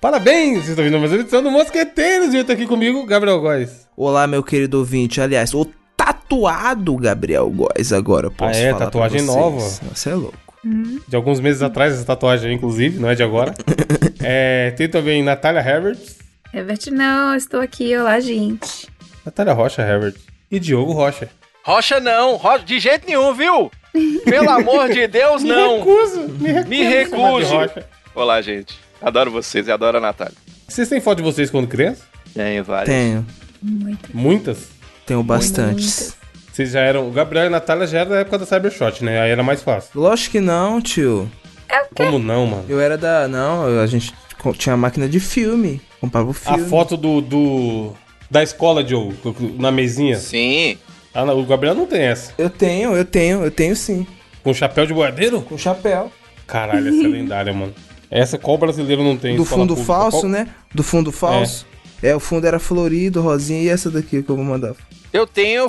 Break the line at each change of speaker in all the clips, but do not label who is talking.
Parabéns, vocês estão vindo mais uma edição do Mosqueteiros. E eu tô aqui comigo, Gabriel Góes.
Olá, meu querido ouvinte. Aliás, o tatuado Gabriel Góes agora, eu posso
Ah, é?
falar pra
Tatuagem
vocês.
nova.
Nossa, é louco.
De alguns meses atrás, essa tatuagem, inclusive, não é de agora. É, tem também Natália Herbert,
Herbert, não, eu estou aqui, olá, gente.
Natália Rocha Herbert e Diogo Rocha.
Rocha não, Rocha, de jeito nenhum, viu? Pelo amor de Deus, não.
recuso, me recuso.
Me
a chamar de
recuso.
Rocha.
Olá, gente. Adoro vocês e adoro a Natália.
Vocês têm foto de vocês quando criança?
Tenho várias.
Tenho,
Muito
Muitas?
tenho bastantes.
Vocês já eram. O Gabriel e a Natália já era da época da Cybershot, né? Aí era mais fácil.
Lógico que não, tio.
Como não, mano?
Eu era da. Não, a gente co- tinha máquina de filme. Comprava o
A
filme.
foto do. do- da escola, Diogo, na mesinha.
Sim.
Ah, não, o Gabriel não tem essa.
Eu tenho, eu tenho, eu tenho sim.
Com chapéu de boiadeiro?
Com chapéu.
Caralho, essa é lendária, mano. Essa qual brasileiro não tem?
Do
escola
fundo
pública?
falso,
Qual-
né? Do fundo falso. É. o fundo era florido, rosinha e essa daqui que eu vou mandar.
Eu tenho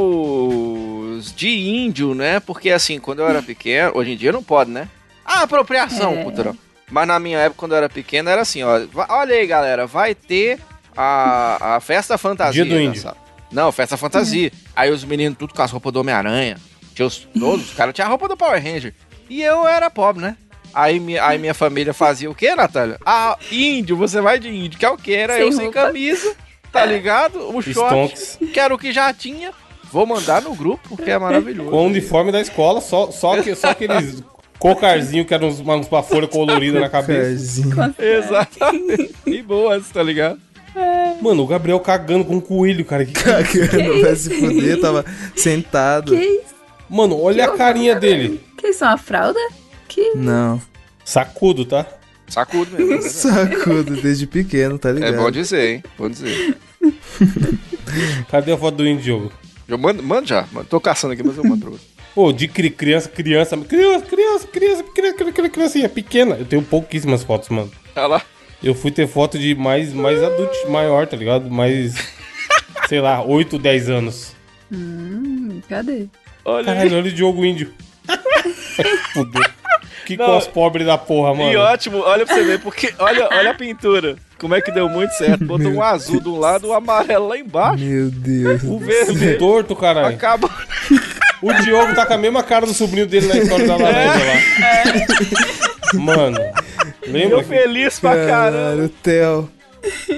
fotos de índio, né? Porque assim, quando eu era pequeno, hoje em dia não pode, né? Ah, apropriação
É.
cultural. Mas na minha época, quando eu era pequeno, era assim, ó. va- Olha aí, galera, vai ter a, a festa fantasia.
Dia do
na
índio.
sala. Não, festa fantasia. Aí os meninos tudo com as roupas do Homem-Aranha. Tinha os, todos, os caras tinham a roupa do Power Ranger. E eu era pobre, né? Aí, mi- aí minha família fazia o quê, Natália? Ah, índio, você vai de índio. Que é o quê? Era
Sem
eu sem
roupa.
camisa, tá ligado? O short
Stonks.
quero o que já tinha. Vou mandar no grupo, porque é maravilhoso.
Com o uniforme da escola, só, só, que, só aqueles cocarzinho que eram uns, umas bafolhas coloridas na cabeça.
Cocarzinho.
É. Exatamente. E boas, tá ligado?
Mano, o Gabriel cagando com um coelho, cara. Que-
Cagando, vai se fuder, tava sentado.
Que isso?
Mano, olha a carinha dele.
Que isso, é uma fralda? Que
Não.
Sacudo, tá?
Sacudo mesmo. né?
Sacudo desde pequeno, tá
É
ligado?
bom dizer, hein? Bom dizer.
Cadê a foto do índio, Diogo?
Eu mando, mando já. mando. Tô caçando aqui, mas eu mando pra você.
Pô, de cri- criança, criança, criança, criança, criança, criança, criança, criancinha pequena. Eu tenho pouquíssimas fotos, mano.
Olha Tá lá.
Eu fui ter foto de mais, mais adulto, maior, tá ligado? Mais, sei lá, 8, 10 anos.
Hum, cadê?
Olha aí.
Caralho, olha o Diogo Índio. Fudeu. Que
Não,
cos pobre da porra, mano.
E ótimo, olha pra você ver, porque olha, olha a pintura. Como é que deu muito certo. Botou um azul de um lado, um amarelo lá embaixo,
Meu Deus.
o
Tudo
vermelho.
torto, caralho.
Acaba.
O Diogo tá com a mesma cara do sobrinho dele na história da
É,
laranja lá. Mano, lembra?
Eu
que-
feliz pra caramba.
Caralho, Theo.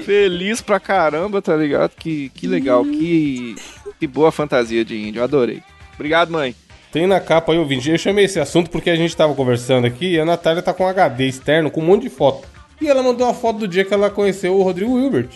Feliz pra caramba, tá ligado? Que, que legal, que, que boa fantasia de índio, adorei. Obrigado, mãe.
Tem na capa aí, ouvinte. Eu chamei esse assunto porque a gente tava conversando aqui e a Natália tá com um HD externo com um monte de foto. E ela mandou uma foto do dia que ela conheceu o Rodrigo Hilbert.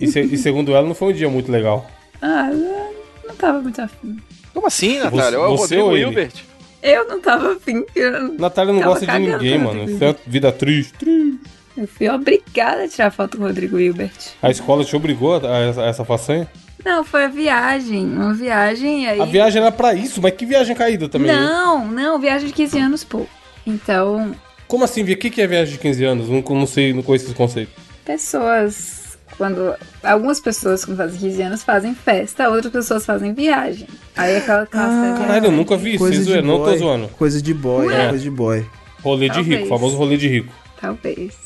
E, se- e segundo ela, não foi um dia muito legal.
Ah, eu não tava muito afim.
Como assim, Natália?
Você-
Ô,
você ou
Rodrigo
ele?
Hilbert.
Eu não tava afim. Eu, não-
Natália não
Tava
gosta de
cagando
ninguém,
pra
mano.
Rodrigo
Isso é uma vida triste, triste.
eu fui obrigada a tirar foto com o Rodrigo Hilbert.
A escola te obrigou a a essa, a essa façanha?
Não, foi a viagem. Uma viagem aí.
A viagem era pra isso, mas que viagem caída também. né? hein?
Não, não, viagem de 15 anos, pô. Então,
Como assim? O que que é viagem de 15 anos? Não, não sei, não conheço esse conceito.
pessoas. Quando. Algumas pessoas quando fazem 15 anos fazem festa, outras pessoas fazem viagem. Aí é aquela classe.
Ah, Caralho, eu nunca vi isso. Vocês zoam, não tô zoando.
Coisa de boy,
Ué.
coisa de boy.
Rolê de
Talvez.
rico, famoso rolê de rico.
Talvez.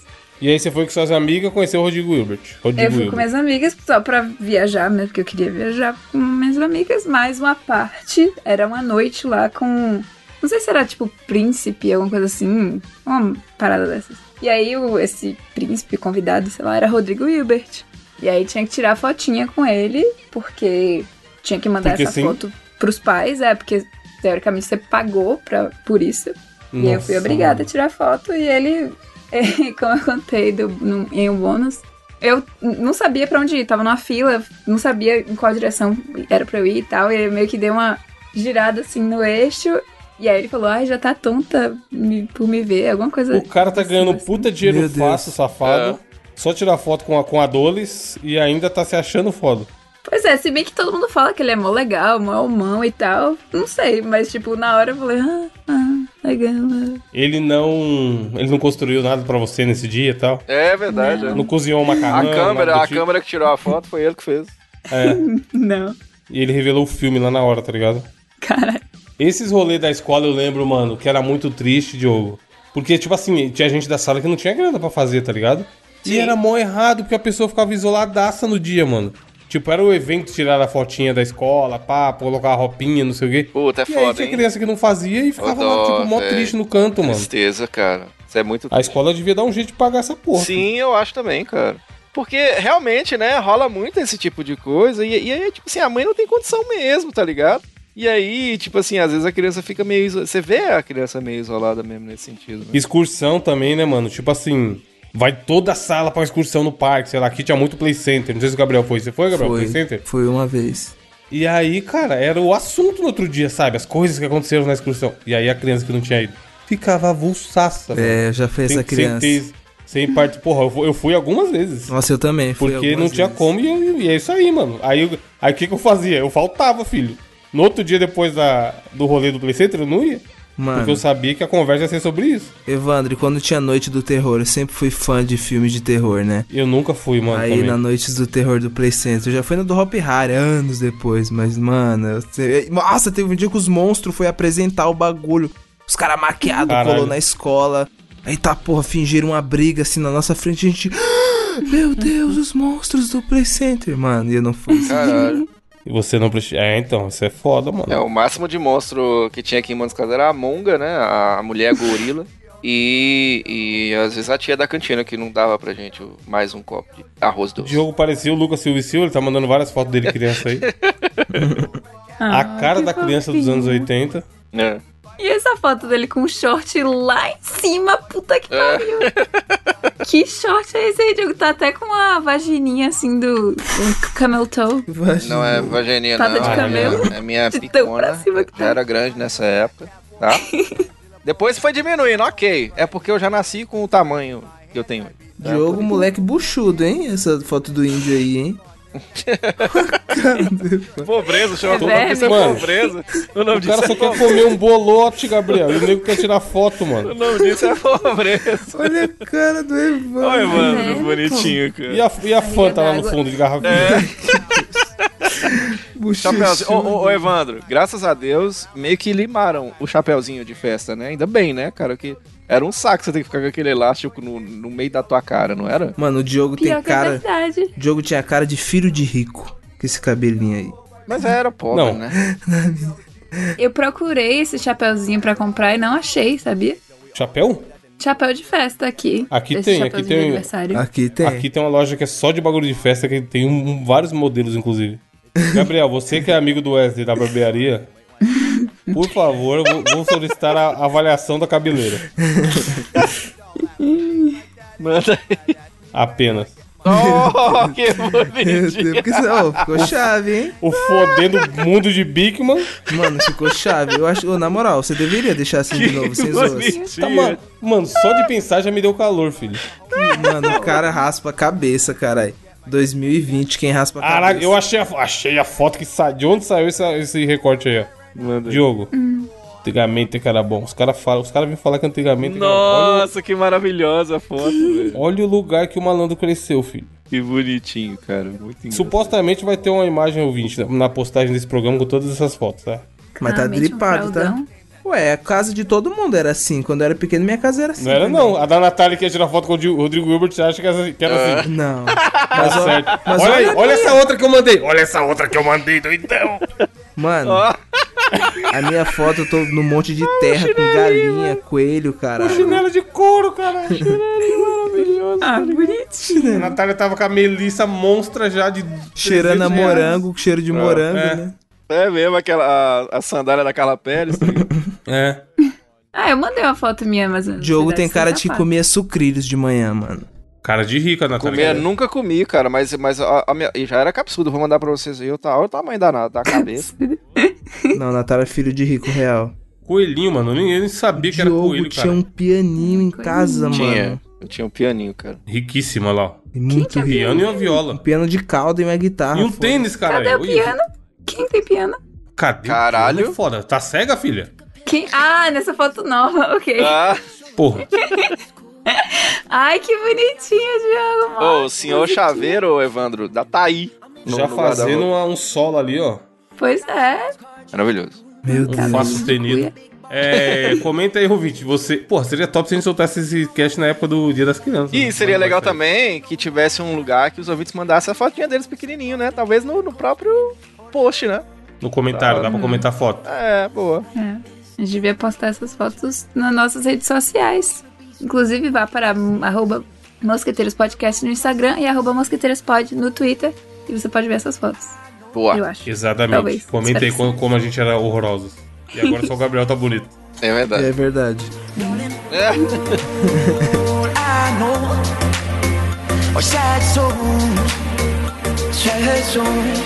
E aí você foi com suas amigas conhecer o Rodrigo Wilbert. Rodrigo
Eu fui
Hilbert.
com minhas amigas só pra viajar mesmo, porque eu queria viajar com minhas amigas, mas uma parte era uma noite lá com. Não sei se era tipo príncipe, alguma coisa assim, uma parada dessas. E aí o- esse príncipe convidado, sei lá, era Rodrigo Hilbert. E aí tinha que tirar fotinha com ele, porque tinha que mandar
Porque
essa
sim.
foto pros pais, é, porque teoricamente você pagou pra, por isso. E eu fui
Nossa,
obrigada a
mano.
tirar foto e ele, como eu contei do- num- em um bônus, eu n- não sabia pra onde ir, tava numa fila, não sabia em qual direção era pra eu ir e tal, e ele meio que deu uma girada assim no eixo, e aí ele falou, ai, já tá tonta me- por me ver, alguma coisa.
O cara tá
assim,
ganhando
assim.
puta dinheiro
Meu Deus. É.
fácil, safado. Só tirar foto com a, com a Dolis e ainda tá se achando foda.
Pois é, se bem que todo mundo fala que ele é mó legal, mó humão e tal, não sei, mas tipo, na hora eu falei, ah, ah, legal. ah."
Ele não. Ele não construiu nada pra você nesse dia e tal.
É verdade. é.
Não cozinhou um macarrão.
A
nada
câmera,
do
a
tipo.
câmera que tirou a foto foi ele que fez.
É.
Não,
E ele revelou o filme lá na hora, tá ligado?
cara.
Esses rolês da escola eu lembro, mano, que era muito triste, Diogo. Porque, tipo assim, tinha gente da sala que não tinha grana pra fazer, tá ligado? E
Sim.
era mó errado, porque a pessoa ficava isoladaça no dia, mano. Tipo, era o evento tirar a fotinha da escola, pá, colocar a roupinha, não sei o quê.
Puta, é
e aí
foda,
tinha
hein?
criança que não fazia e ficava
Ô,
lá,
dó, é.
tipo, mó
velho.
triste no canto, mano.
Tristeza, cara. Isso é muito
A escola devia dar um jeito de pagar essa porra.
Sim, eu acho também, cara. Porque realmente, né, rola muito esse tipo de coisa. E, e aí, tipo assim, a mãe não tem condição mesmo, tá ligado? E aí, tipo assim, às vezes a criança fica meio. iso- Você vê a criança meio isolada mesmo nesse sentido. Né?
Excursão também, né, mano? Tipo assim, vai toda a sala pra uma excursão no parque, sei lá, aqui tinha muito play center. Não sei se o Gabriel foi. Você foi, Gabriel?
Foi,
Play center?
foi uma vez.
E aí, cara, era o assunto no outro dia, sabe? As coisas que aconteceram na excursão. E aí a criança que não tinha ido ficava avulsaça.
É, eu já fui essa criança.
Sem, ter- sem parte. Porra, eu fu- eu fui algumas vezes.
Nossa, eu também. fui
Porque não
algumas
tinha
vezes.
como e, eu- e é isso aí, mano. Aí o aí, o que, que eu fazia? Eu faltava, filho. No outro dia, depois da, do rolê do Play Center, eu não ia.
Mano,
Porque eu sabia que a conversa ia ser sobre isso.
Evandro, quando tinha Noite do Terror, eu sempre fui fã de filmes de terror, né?
Eu nunca fui, mano.
Aí
também.
na Noites do Terror do Play Center. Eu já fui no do Hop Harry anos depois, mas, mano. eu sei- Nossa, teve um dia que os monstros foi apresentar o bagulho. Os caras maquiados
Caralho.
colou na escola. Aí tá, porra, fingiram uma briga assim na nossa frente. A gente. "Ah, Meu Deus, os monstros do Play Center, mano. E eu não fui.
Caralho.
E você não precisa. É, então, isso é foda, mano.
É, o máximo de monstro que tinha aqui em Montes Claros era a Monga, né? A mulher gorila. E, e às vezes a tia da cantina que não dava pra gente o- mais um copo de arroz
O
doce.
Diogo parecia o Lucas Silva Silva, ele tá mandando várias fotos dele criança aí. a cara
Ah, que
da criança dos
fofinho.
anos 80.
É.
E essa foto dele com o short lá em cima, puta
É.
que pariu. que short é esse aí, Diogo? Tá até com uma vagininha assim do, do camel toe.
Não é vagininha,
Pata
não.
Tá de
é
camelo.
minha- É minha
De tão pra
picona.
cima que tá.
Já era grande nessa época, tá? Depois foi diminuindo, ok. É porque eu já nasci com o tamanho que eu tenho. hoje. tá?
Diogo, moleque buchudo, hein? Essa foto do índio aí, hein?
Pobreza, chama
É todo mundo verme. isso é
Mano.
pobreza. O nome é
O cara só quer comer um bolote, Gabriel. E o nego quer tirar foto, mano.
nome disso é pobreza.
Olha a cara do Evandro.
Verme, pô. bonitinho,
cara.
E a, e a Fanta lá no
d'água.
fundo de garrafinha.
É. Chapeuzinho. Ô, ô, ô, Evandro, graças a Deus, meio que limaram o chapeuzinho de festa, né? Ainda bem, né, cara? Que era um saco você ter que ficar com aquele elástico no, no meio da tua cara, não era?
Mano, o Diogo tem
Pior que é
cara.
verdade.
O Diogo tinha cara de filho de rico. Com esse cabelinho aí.
Mas era pobre,
Não.
né?
Eu procurei esse chapeuzinho pra comprar e não achei, sabia?
Chapéu?
Chapéu de festa aqui.
Aqui
Esse
tem, aqui
chapeuzinho
tem. Ah,
de aniversário.
Aqui tem.
Aqui tem uma loja que é só de bagulho de festa, que tem um- um- vários modelos, inclusive. Gabriel, você que é amigo do Wesley da barbearia, por favor, eu vou, vou solicitar a avaliação da cabeleira.
Manda aí.
Apenas.
Oh, que
Meu
bonito.
Deus, porque, ó, ficou chave, hein?
O fodendo mundo de Bigman.
Mano, ficou chave. Eu acho, ô, na moral, você deveria deixar assim de novo, sem zoas.
Tá, mano, mano, só de pensar já me deu calor, filho.
Mano, o cara raspa a cabeça, caralho. 2020, quem raspa a
Caraca,
cabeça.
eu achei a, achei a foto que sa... De onde saiu essa- esse recorte aí, ó?
Manda aí.
Diogo.
Hum.
Antigamente era bom. Os caras falam, os caras vêm falar que antigamente era bom. Olha,
Nossa, que maravilhosa a foto, velho.
olha o lugar que o malandro cresceu, filho.
Que bonitinho, cara. Muito engraçado.
Supostamente vai ter uma imagem ouvinte na- na postagem desse programa com todas essas fotos, tá?
Mas tá
Claramente um
dripado, tá?
fraldão.
Ué, a casa de todo mundo era assim. Quando eu era pequeno, minha casa era assim.
Não era
também.
não. A da Natália que ia tirar foto com o Di- Rodrigo Hilbert acha que era que era assim.
Não.
Tá
Mas, ó,
certo.
mas
olha aí,
olha,
olha essa outra que eu mandei. Olha essa outra que eu mandei, doidão.
mano,
Ó.
a minha foto eu tô num monte de terra com galinha, coelho, cara.
Chinelo de couro, cara.
Ah, bonito.
A Natália tava com a Melissa monstra já de.
Cheirando a
300 reais.
morango, com cheiro de morango,
é.
né?
É mesmo aquela a, a sandália da Carla Pérez. tá ligado?
É.
Ah, eu mandei uma foto minha, mas... eu não
Diogo
sei
tem
dessa
cara de que
capa.
comia sucrilhos de manhã, mano.
Cara de rica, né, tá Natália.
Comer, nunca comi, cara, mas, mas a, a minha, e já era capsudo. Vou mandar pra vocês aí. Tá, olha o tamanho da, da cabeça.
Não, Natália é filho de rico real.
Coelhinho, mano. Eu nem, eu nem sabia que era
Diogo
coelho,
tinha
cara.
um pianinho em casa, mano.
tinha. Eu tinha um pianinho, cara.
Riquíssima lá. ó.
E muito
Um
rico.
piano e uma
Um
viola.
piano de cauda e uma guitarra.
E um
Ah, foda.
tênis, cara.
Cadê o
Oi,
piano? Quem tem piano?
Cadê o
Caralho.
piano? É Foda. Tá cega, filha?
Quem? Ah, nessa foto nova, ok.
Ah,
Porra.
Ai, que bonitinho, Diogo. mano.
ô, o senhor chaveiro, ô, Evandro, tá da Thaí. no-
já
no
fazendo
guarda-roupa.
uma- um solo ali, ó.
Pois é.
Maravilhoso.
Meu
Um
Deus.
Fá sustenido. É, comenta aí, Rovit. Você. Pô, seria top se a gente soltasse esse cast na época do Dia das Crianças.
E
né?
seria
Mas
legal
vai sair.
também que tivesse um lugar que os ouvintes mandassem a fotinha deles pequenininho, né? Talvez no, no próprio post, né?
No comentário, dá pra
Tá.
comentar a foto.
É, boa.
É. A gente devia postar essas fotos nas nossas redes sociais. Inclusive, vá para hum, arroba Mosqueteiros Podcast no Instagram e arroba mosqueteirospod no Twitter. E você pode ver essas fotos, eu
Boa.
acho.
Exatamente.
Talvez.
Comenta aí
Espero que
como, como a gente era horroroso. E agora só o Gabriel tá bonito.
É verdade.
É verdade.
I know are sad songs, sad songs.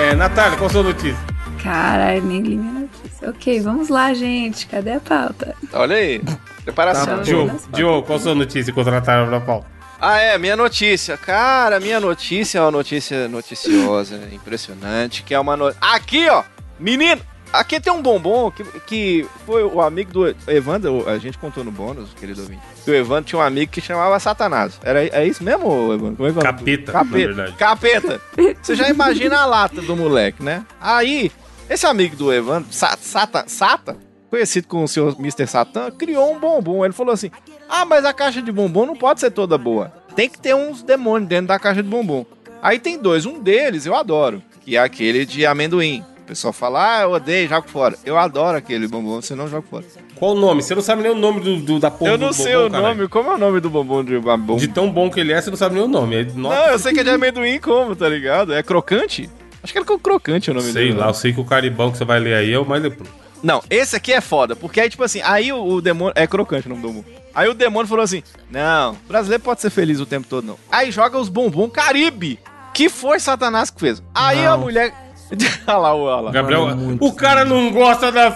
É, Natália, qual a sua notícia?
Caralho, nem li minha notícia. Ok, vamos lá, gente. Cadê a pauta?
É.
Olha aí. Preparação.
Tá bom.
Diogo,
nas
Diogo, qual a sua notícia contra a Natália pra pauta?
Ah, é, minha notícia. Cara, minha notícia é uma notícia noticiosa, impressionante, que é uma notícia... Aqui, ó! Menino! Aqui tem um bombom que, que foi o amigo do Evandro, a gente contou no bônus, querido ouvinte, que o Evandro tinha um amigo que chamava Satanás. Era, é isso mesmo, Evandro? Como é que é o nome?
Capeta, na
Capeta.
verdade.
Capeta. Você já imagina a lata do moleque, né? Aí, esse amigo do Evandro, Sa- Sata, Sata, conhecido como o senhor Mr. Satan, criou um bombom. Ele falou assim: Ah, mas a caixa de bombom não pode ser toda boa. Tem que ter uns demônios dentro da caixa de bombom. Aí tem dois. Um deles eu adoro, que é aquele de amendoim. O pessoal fala, ah, eu odeio, jogo fora. Eu adoro aquele bombom, senão eu jogo fora.
Qual o nome? Você não sabe nem o nome do, do- da porra
eu
do
não sei
bombom,
o
caralho.
nome, como é o nome do bombom de bombom?
De tão bom que ele é, você não sabe nem o nome. É- Nossa,
Não, eu sei que é de amendoim como, tá ligado? É crocante? Acho que era crocante o nome
sei
dele. né?
lá, eu sei que o caribão que você vai ler aí é o mais leproso.
Não, esse aqui é foda, porque aí, tipo assim, aí o, o demônio. É crocante o nome do mundo. Aí o demônio falou assim: Não, brasileiro pode ser feliz o tempo todo, não. Aí joga os bombom Caribe, que foi Satanás que fez. Aí
Não.
a mulher. olha lá, olha lá.
Gabriel,
Mano, muito
o cara não gosta da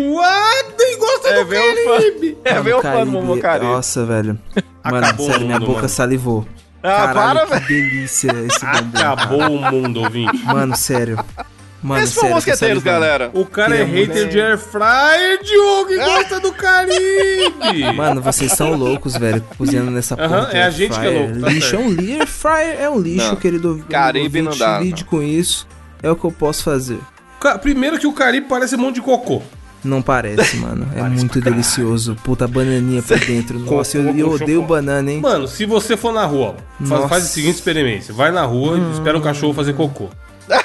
feijoada e gosta
É
do
ver o fã-
Caribe.
É
Mano,
meu fã do bombom Caribe.
Nossa, velho. Mano,
Acabou o
sério, minha
mundo,
boca
mano.
salivou.
Ah, para,
Caralho, que
velho.
delícia esse
Ah,
bombom.
Acabou o mundo, ouvinte.
Mano, sério. Mano,
Esse foi o
sério, tô
Mosqueteiros,
salivando.
galera.
O cara é
Queremos-
hater de air fryer, Diogo, e
É.
gosta do Caribe.
Mano, vocês são loucos, velho, cozinhando nessa
Aham,
porra. de
é a
air
gente que é
fryer.
louco, tá
lixo é
certo.
um lixo. Air fryer é um lixo,
Não,
querido.
Caribe não
ouvinte,
dá,
Lide com isso. É o que eu posso fazer.
Ca- Primeiro que o Caribe parece um monte de cocô.
Não parece, mano. É muito delicioso. Puta, bananinha por dentro. Nossa, eu,
Com-
eu
com
odeio
chocolate.
banana, hein?
Mano, se você for na rua, ó, faz,
Nossa.
faz a seguinte experiência. Vai na rua e espera o cachorro fazer cocô.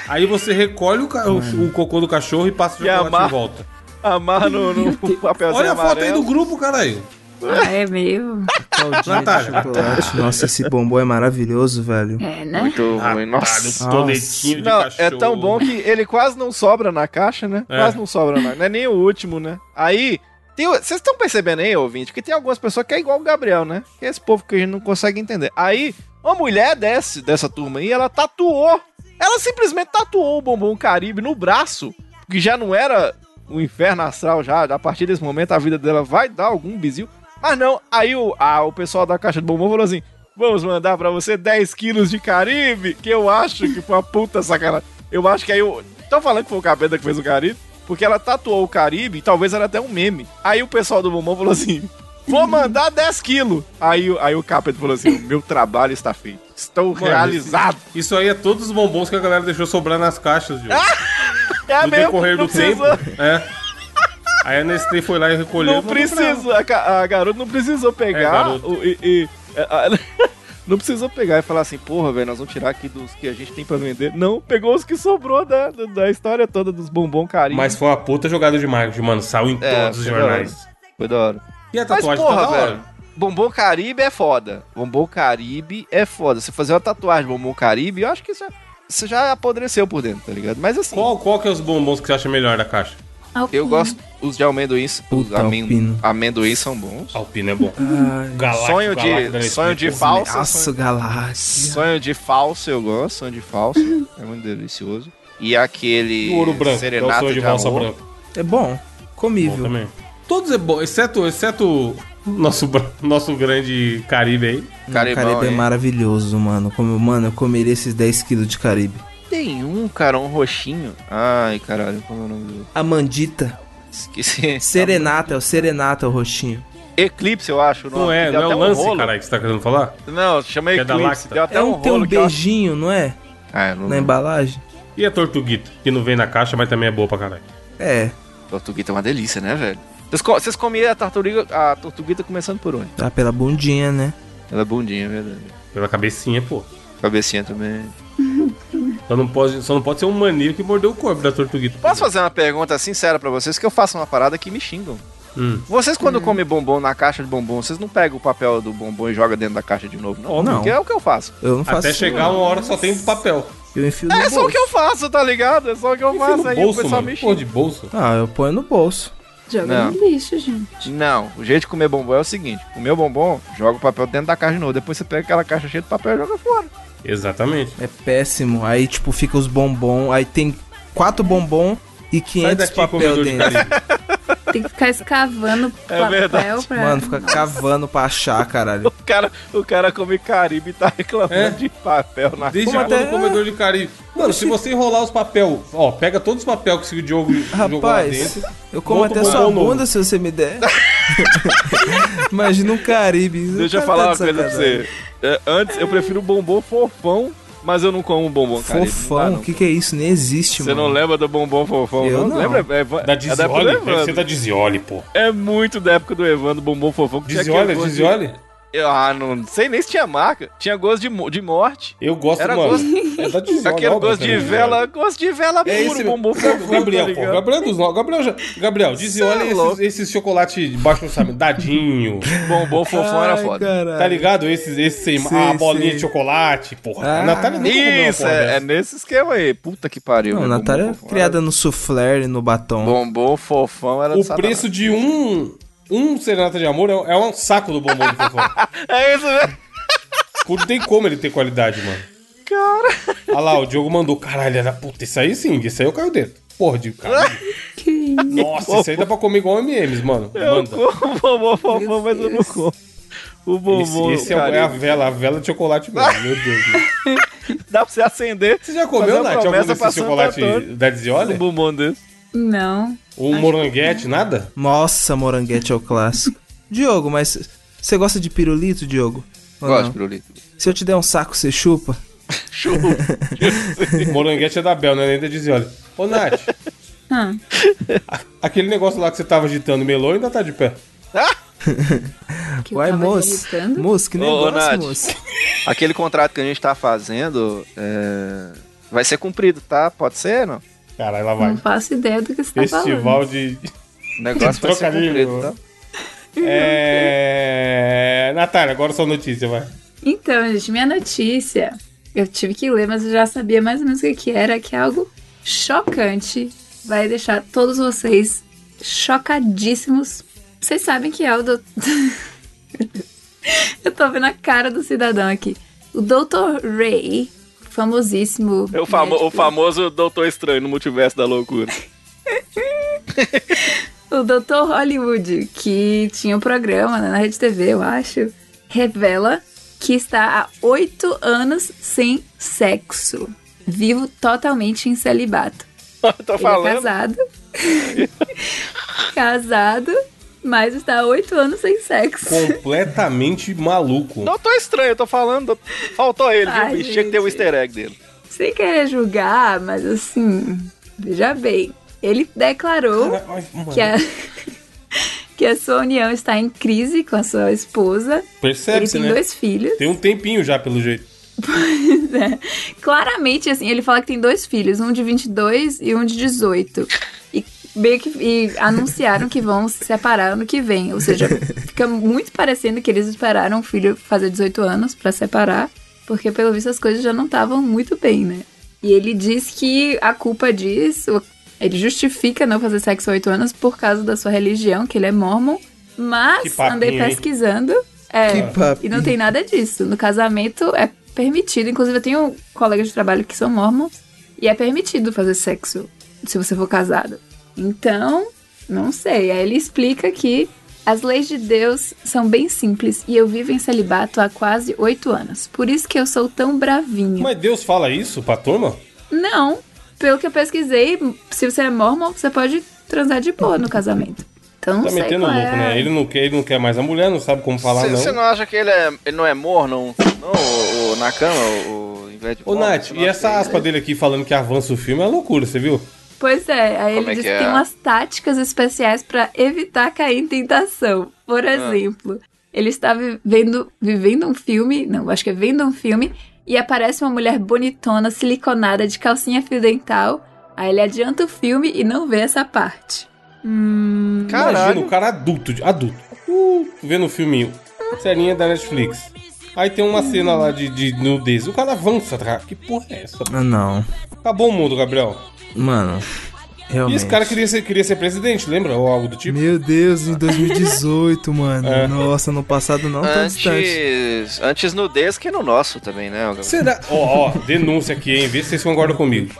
Aí você recolhe o, ca- o- o cocô do cachorro e passa o
E
chocolate
amar-
de volta.
Amarra no, no papelzinho.
Olha a foto aí
amarelo.
do grupo, caralho.
Ah, é meio.
Caldinho de
Natália.
chocolate. Nossa, esse bombom é maravilhoso, velho.
É, né?
Muito ruim, nossa.
Caralho, toletinho de
Não, é
cachorro.
tão bom que ele quase não sobra na caixa, né?
É.
Quase não sobra mais. Não é nem o último, né? Aí, tem o- vocês estão percebendo aí, ouvinte, que tem algumas pessoas que é igual o Gabriel, né? Que é esse povo que a gente não consegue entender. Aí, uma mulher desse, dessa turma aí, ela tatuou. Ela simplesmente tatuou o bombom Caribe no braço, que já não era o inferno astral já. A partir desse momento, a vida dela vai dar algum bizil. Mas Ah, não, aí o, a- o pessoal da caixa de bombom falou assim: Vamos mandar pra você 10 quilos de Caribe, que eu acho que foi uma puta sacanagem. Eu acho que aí o. Estão falando que foi o Capeta que fez o Caribe, porque ela tatuou o Caribe, e talvez era até um meme. Aí o pessoal do Bombom falou assim: Vou mandar 10 quilos. Aí, o- aí o Capeta falou assim: "O Meu trabalho está feito. Estou
Mano,
realizado.
Isso aí é todos os bombons que a galera deixou sobrar nas caixas, Diogo.
É
no decorrer
não
do tempo.
precisou-
É. Aí a Nestlé foi lá e recolheu.
Não
e mandou pra ela. É,
precisou, a, ca- a garota não precisou pegar
garoto.
o- e. e- é, a- a- não precisou pegar e falar assim, porra, velho, nós vamos tirar aqui dos que a gente tem pra vender. Não, pegou os que sobrou da, da, da história toda dos bombom carinho.
Mas foi uma puta jogada de marketing, mano. Saiu em
É,
todos os
foi da hora.
jornais.
foi da hora.
E a
Mas
tatuagem
porra,
tá da
velho.
hora.
Bombom Caribe é foda. Bombom Caribe é foda. Você fazer uma tatuagem Bombom Caribe, eu acho que isso é- você já apodreceu por dentro, tá ligado? Mas assim,
Qual, qual que é os bombons que você acha melhor da caixa?
eu gosto os de amendoim, os
Puta,
amen,
alpino.
amendoim são bons.
Alpino é bom.
Ai,
Galáctico,
sonho
galáctico da
de
Nestlé.
sonho de falsa,
nossa, galáxia.
Sonho de falso eu gosto, sonho de falso. é muito delicioso. E aquele
E o ouro branco, que é o
serenato
sonho
de
de valsa
amor.
branca.
É bom.
Bom
Comível.
também. Todos é bom, exceto, exceto o nosso, bra- nosso grande Caribe aí.
Não,
Caribão,
Caribe é
hein?
maravilhoso, mano. Como, mano, eu comeria esses 10 quilos de Caribe.
Tem um, cara, um roxinho. Ai, caralho, como é o nome do...
A mandita.
Esqueci.
Serenata, é o serenata, o roxinho.
Eclipse, eu acho. o
Não
nome,
é,
que deu
não é
até
o
um
lance,
rolo.
caralho, que você tá querendo falar?
Não, chama
Que é da
Eclipse.
Lacta.
deu até
é
um
um, tem um
rolo que eu acho-
beijinho, não é?
Ah, eu não
na embalagem.
E a tortuguita, que não vem na caixa, mas também é boa pra caralho.
É,
Tortuguita é uma delícia, né, velho? Vocês, co- vocês comiam a tortuguita, a tortuguita começando por onde?
tá pela bundinha, né?
Ela é bundinha, é verdade.
Pela cabecinha, pô.
Cabecinha também.
Só não pode, só não pode ser um maníaco que mordeu o corpo da tortuguita.
Posso fazer uma pergunta sincera pra vocês que eu faço uma parada que me xingam.
Hum.
Vocês quando comem bombom na caixa de bombom, vocês não pegam o papel do bombom e jogam dentro da caixa de novo, não?
Não.
Porque é o que eu faço.
Eu não faço
Até
isso,
chegar
não.
uma hora só tem papel.
Eu enfio no
É só o
bolso.
que eu faço, tá ligado? É só o que eu
Enfia
faço.
no
Aí o
bolso,
pessoal
mano.
me
Porra
xinga.
de bolso.
Ah, eu ponho no bolso.
Joga no é um lixo, gente.
Não, o jeito de comer bombom é o seguinte: o meu bombom, joga o papel dentro da caixa de novo. Depois você pega aquela caixa cheia de papel e joga fora.
Exatamente.
É péssimo. Aí, tipo, fica os bombom. Aí tem quatro bombom e 500 papel
comedor de
dentro.
carinho.
Tem que ficar escavando papel
verdade.
pra.
Mano, fica cavando pra achar, caralho.
O cara, o cara come caribe e tá reclamando
É.
de papel na
Desde
Como
quando
até-
o comedor de carinho. Mano, se você enrolar os papel, ó, pega todos os papel que o Diogo jogou lá
Rapaz,
dentro.
eu como
Bota
até
um
sua
bombom novo.
bunda se você me der. Imagina um Caribe.
Deixa
O cara
eu falar
tá de
uma coisa pra
sacanagem.
você. É, antes, eu prefiro bombom fofão, mas eu não como bombom caribe.
Fofão, o que, que é isso? Nem existe,
Você
mano.
não lembra do bombom fofão?
Eu não.
Lembra? É, va-
Da
tá
é da época do
Dizioli? Deve ser
Evandro.
da Dizioli, pô.
É muito da época do Evandro, bombom fofão. que tinha
Dizioli,
aquele gosto de-
Dizioli?
Eu- Ah, não sei nem se tinha marca. Tinha gosto de, mo- de morte.
Eu gosto,
Era
mano.
gosto-
É da Dizioli.
Aquele
ó,
gosto de
Dizioli.
vela, gosto de vela
É
puro,
esse
bombom fofão.
Gabriel,
tá
pô.
ligado?
Gabriel é dos nossos. Gabriel, já... Gabriel, Dizioli
Cê é
é esses,
louco.
esses chocolates de baixo orçamento. Dadinho.
Bombom fofão era
Ai,
foda.
caralho.
Tá ligado? Esses, esses sem
Sim,
a bolinha
sim.
de chocolate, porra.
Ah.
a Natália nunca comeu uma
Isso,
porra
é, é
dessa.
nesse esquema aí. Puta que pariu.
Não,
né?
a
Bombom
Natália é
fofão
criada no soufflé e no
era-
batom.
Bombom fofão era
O
de
preço de um. Um serenata de amor é, é um saco do bombom do fofão.
satanás. É isso mesmo.
Não tem como ele ter qualidade, mano.
Cara.
Olha lá, o Diogo mandou. Caralho, era puta. Isso aí sim, isso aí eu caio dentro. Porra, de cara.
Que isso?
Nossa, isso aí dá pra comer igual MMs, mano.
Eu
Manda.
como bombom fofão, mas eu não como. O bombom.
Esse, esse é, o- é a vela, a vela de chocolate mesmo. Meu Deus. mano.
Dá pra você acender.
Você já
Fazer
comeu,
uma
Nath, algum
promessa pra
desses
Santo
chocolate
Antônio.
da
Um
Dizioli?
bombom desse.
Não.
Um moranguete, nada?
Nossa, moranguete é o clássico. Diogo, mas você gosta de pirulito, Diogo? Ou
Gosto de
não?
pirulito.
Se eu te der um saco, você chupa?
moranguete é da Bel, não é nem da Dizioli. Ô, Nath,
Ah,
aquele negócio lá que você tava agitando, melou, ainda tá de pé.
que eu
Uai,
tava
moço.
digitando.
Moço, que
Ô,
negócio,
Nath.
moço.
Aquele contrato que a gente tá fazendo é, vai ser cumprido, tá? Pode ser, não?
Caralho, lá vai.
Hum,
Não faço ideia do que você tá falando.
Festival de.
O negócio vai ser
Trocadilho.
cumprido, tá?
É. Natália, agora sua notícia, vai.
Então, gente, minha notícia. Eu tive que ler, mas eu já sabia mais ou menos o que que era, que é algo chocante. Vai deixar todos vocês chocadíssimos. Vocês sabem que é o doutor. eu tô vendo a cara do cidadão aqui. O Dr. Ray, famosíssimo.
É o, famo-
médico-
o famoso Doutor Estranho no Multiverso da Loucura.
O Dr. Hollywood, que tinha um programa né, na Rede TV, eu acho, revela que está há oito anos sem sexo. Vivo totalmente em celibato.
Tá
Tô
Ele é
falando.
casado. casado, mas está há oito anos sem sexo.
Completamente maluco.
Doutor Estranho, eu tô falando. doutor- Faltou ele, viu?
Ai,
bicho? Tinha que ter o
gente.
easter egg dele.
Sem querer julgar, mas assim, veja bem. Ele declarou
Cara, ai, mano,
que a, que a sua união está em crise com a sua esposa. ele
Percebe-se,
tem
né?
dois filhos.
Tem um tempinho já, pelo jeito.
Pois é. Claramente, assim, ele fala que tem dois filhos, um de 22 e um de 18. E meio que e anunciaram que vão se separar ano que vem. Ou seja, fica muito parecendo que eles esperaram o filho fazer 18 anos pra separar, porque pelo visto as coisas já não estavam muito bem, né? E ele diz que a culpa disso, ele justifica não fazer sexo há 8 anos por causa da sua religião, que ele é mormon,
Que
mas
papinho,
andei
hein?
pesquisando. É,
Que papo.
e não tem nada disso. No casamento é permitido. Inclusive, eu tenho colegas de trabalho que são mormons. E é permitido fazer sexo se você for casado. Então, não sei. Aí ele explica que as leis de Deus são bem simples e eu vivo em celibato há quase oito anos. Por isso que eu sou tão bravinho.
Mas Deus fala isso pra turma?
Não. Pelo que eu pesquisei, se você é mormon, você pode transar de boa no casamento. Então, não
Tá
sei
metendo
qual
louco,
é.
né? Ele não, quer, ele não quer mais a mulher, não sabe como falar,
Você
não.
não. acha que ele, é, ele não é morno, não, ô, ô, na cama, o Velho,
Ô, Nath, e essa aspa dele aqui falando que avança o filme é loucura, você viu?
Pois é, aí
Como
ele
é
diz
que
que tem
é?
umas táticas especiais pra evitar cair em tentação. Por
Ah.
exemplo, ele está vivendo, vivendo um filme, não, acho que é vendo um filme, e aparece uma mulher bonitona, siliconada, de calcinha fio dental. Aí ele adianta o filme e não vê essa parte. Hum,
Imagina, o
Caralho.
cara adulto, de- adulto, uh, vendo o filminho, serinha da Netflix. Aí tem uma cena lá de, de nudez. O cara avança, tá? Que porra é essa?
Ah, não.
Acabou o mundo, Gabriel.
Mano,
E
realmente.
esse cara queria ser, queria ser presidente, lembra? Ou algo do tipo.
Meu Deus, em 2018, mano.
É.
Nossa, no passado não tão distante.
Antes, antes nudez que no nosso também, né? Gabriel?
Será? Ó, ó, denúncia aqui, hein? Vê se vocês concordam comigo.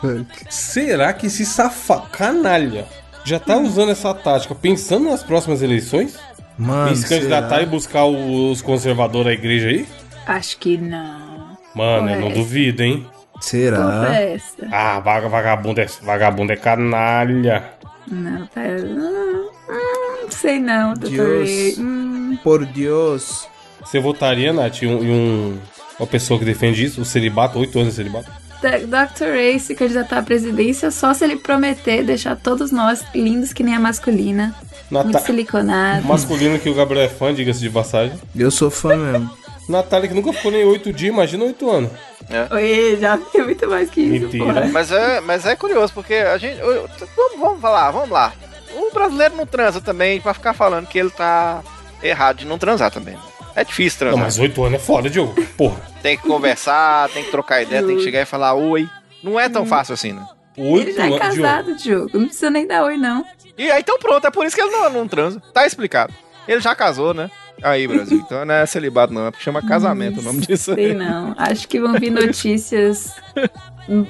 Será que esse safa canalha já
Hum.
tá usando essa tática pensando nas próximas eleições?
Mano,
Em se candidatar
será?
e buscar os conservadores da igreja aí?
acho que não.
Mano, eu
Ué.
não duvido, hein?
tá?
Porra
Será?
é essa?
Ah, vaga, vagabundo, é, vagabundo é canalha.
Não, pera. Hum, hum, sei não, doutor.
Deus.
Hum,
Por Deus.
Você votaria, Nath, em um, em um- uma pessoa que defende isso, o celibato, oito anos de celibato?
Da- Dr. Ray se candidatar à presidência só se ele prometer deixar todos nós lindos que nem a masculina, muito
Nata
siliconada.
masculino que o Gabriel é fã, diga-se de passagem.
Eu sou fã mesmo.
Natália que nunca ficou nem oito dias, imagina oito anos.
Oi, já vi muito mais que isso,
Mentira.
porra.
Mas é, mas é curioso, porque a gente. eu- eu- vamos, vamos falar, vamos lá. O brasileiro não transa também pra ficar falando que ele tá errado de não transar também. É difícil
Não,
transar.
mas oito anos é foda, Diogo. Porra.
Tem que conversar, tem que trocar ideia, tem que chegar e falar oi. Não é tão fácil assim, né?
Ele
Oito
já é
anos, Diogo.
casado, Diogo. Não precisa nem dar oi, não.
E aí, então pronto, é por isso que ele não, não transa. Tá explicado. Ele já casou, né? Aí, Brasil. Então não é celibato, não. É porque chama casamento o nome disso.
Sei não. Acho que vão vir notícias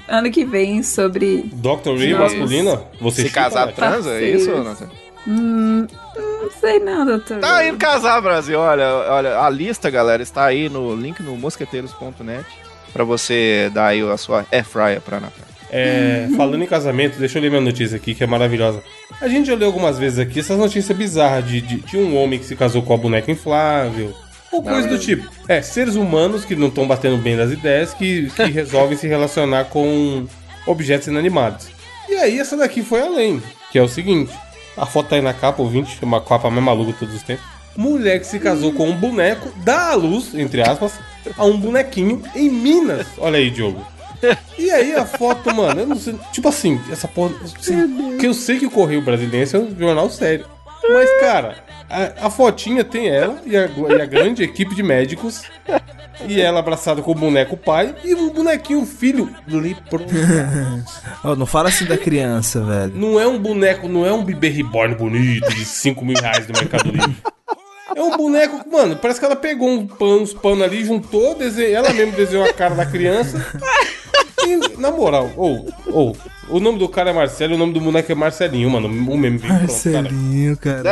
ano que vem sobre.
Dr. Ray
Não.
masculina, você
Se
chupa, né?
casar,
Nath?
transa? É isso,
Parceiros.
Nathan?
Hum, não sei não, doutor.
Tá indo casar, Brasil. Olha, olha, a lista, galera, está aí no link no mosqueteiros.net pra você dar aí a sua air fryer pra Natália.
É, falando em casamento, deixa eu ler minha notícia aqui, que é maravilhosa. A gente já leu algumas vezes aqui essas notícias bizarras de, de, de um homem que se casou com a boneca inflável. Ou coisa do tipo. É, seres humanos que não estão batendo bem das ideias que, que resolvem se relacionar com objetos inanimados. E aí, essa daqui foi além, que é o seguinte: a foto tá aí na capa, ouvinte, uma capa mais maluca de todos os tempos. Mulher que se casou com um boneco, dá à luz, entre aspas, a um bonequinho em Minas. Olha aí, Diogo. E aí a foto, mano, eu não sei. Tipo assim, essa porra. Assim, que eu sei que o Correio Brasiliense é um jornal sério. Mas, cara, a, a fotinha tem ela e a, e a grande equipe de médicos. E ela abraçada com o boneco pai e o bonequinho um filho lepro.
Ó, não fala assim da criança, velho.
Não é um boneco, não é um bebê reborn bonito de 5 mil reais no Mercado Livre. É um boneco, que, mano, parece que ela pegou um pano, uns panos ali, juntou, desenhou, ela mesmo desenhou a cara da criança. E, na moral, ou, ou, o nome do cara é Marcelo, o nome do boneco é Marcelinho, mano. O meme bem pronto, cara.
Marcelinho, cara.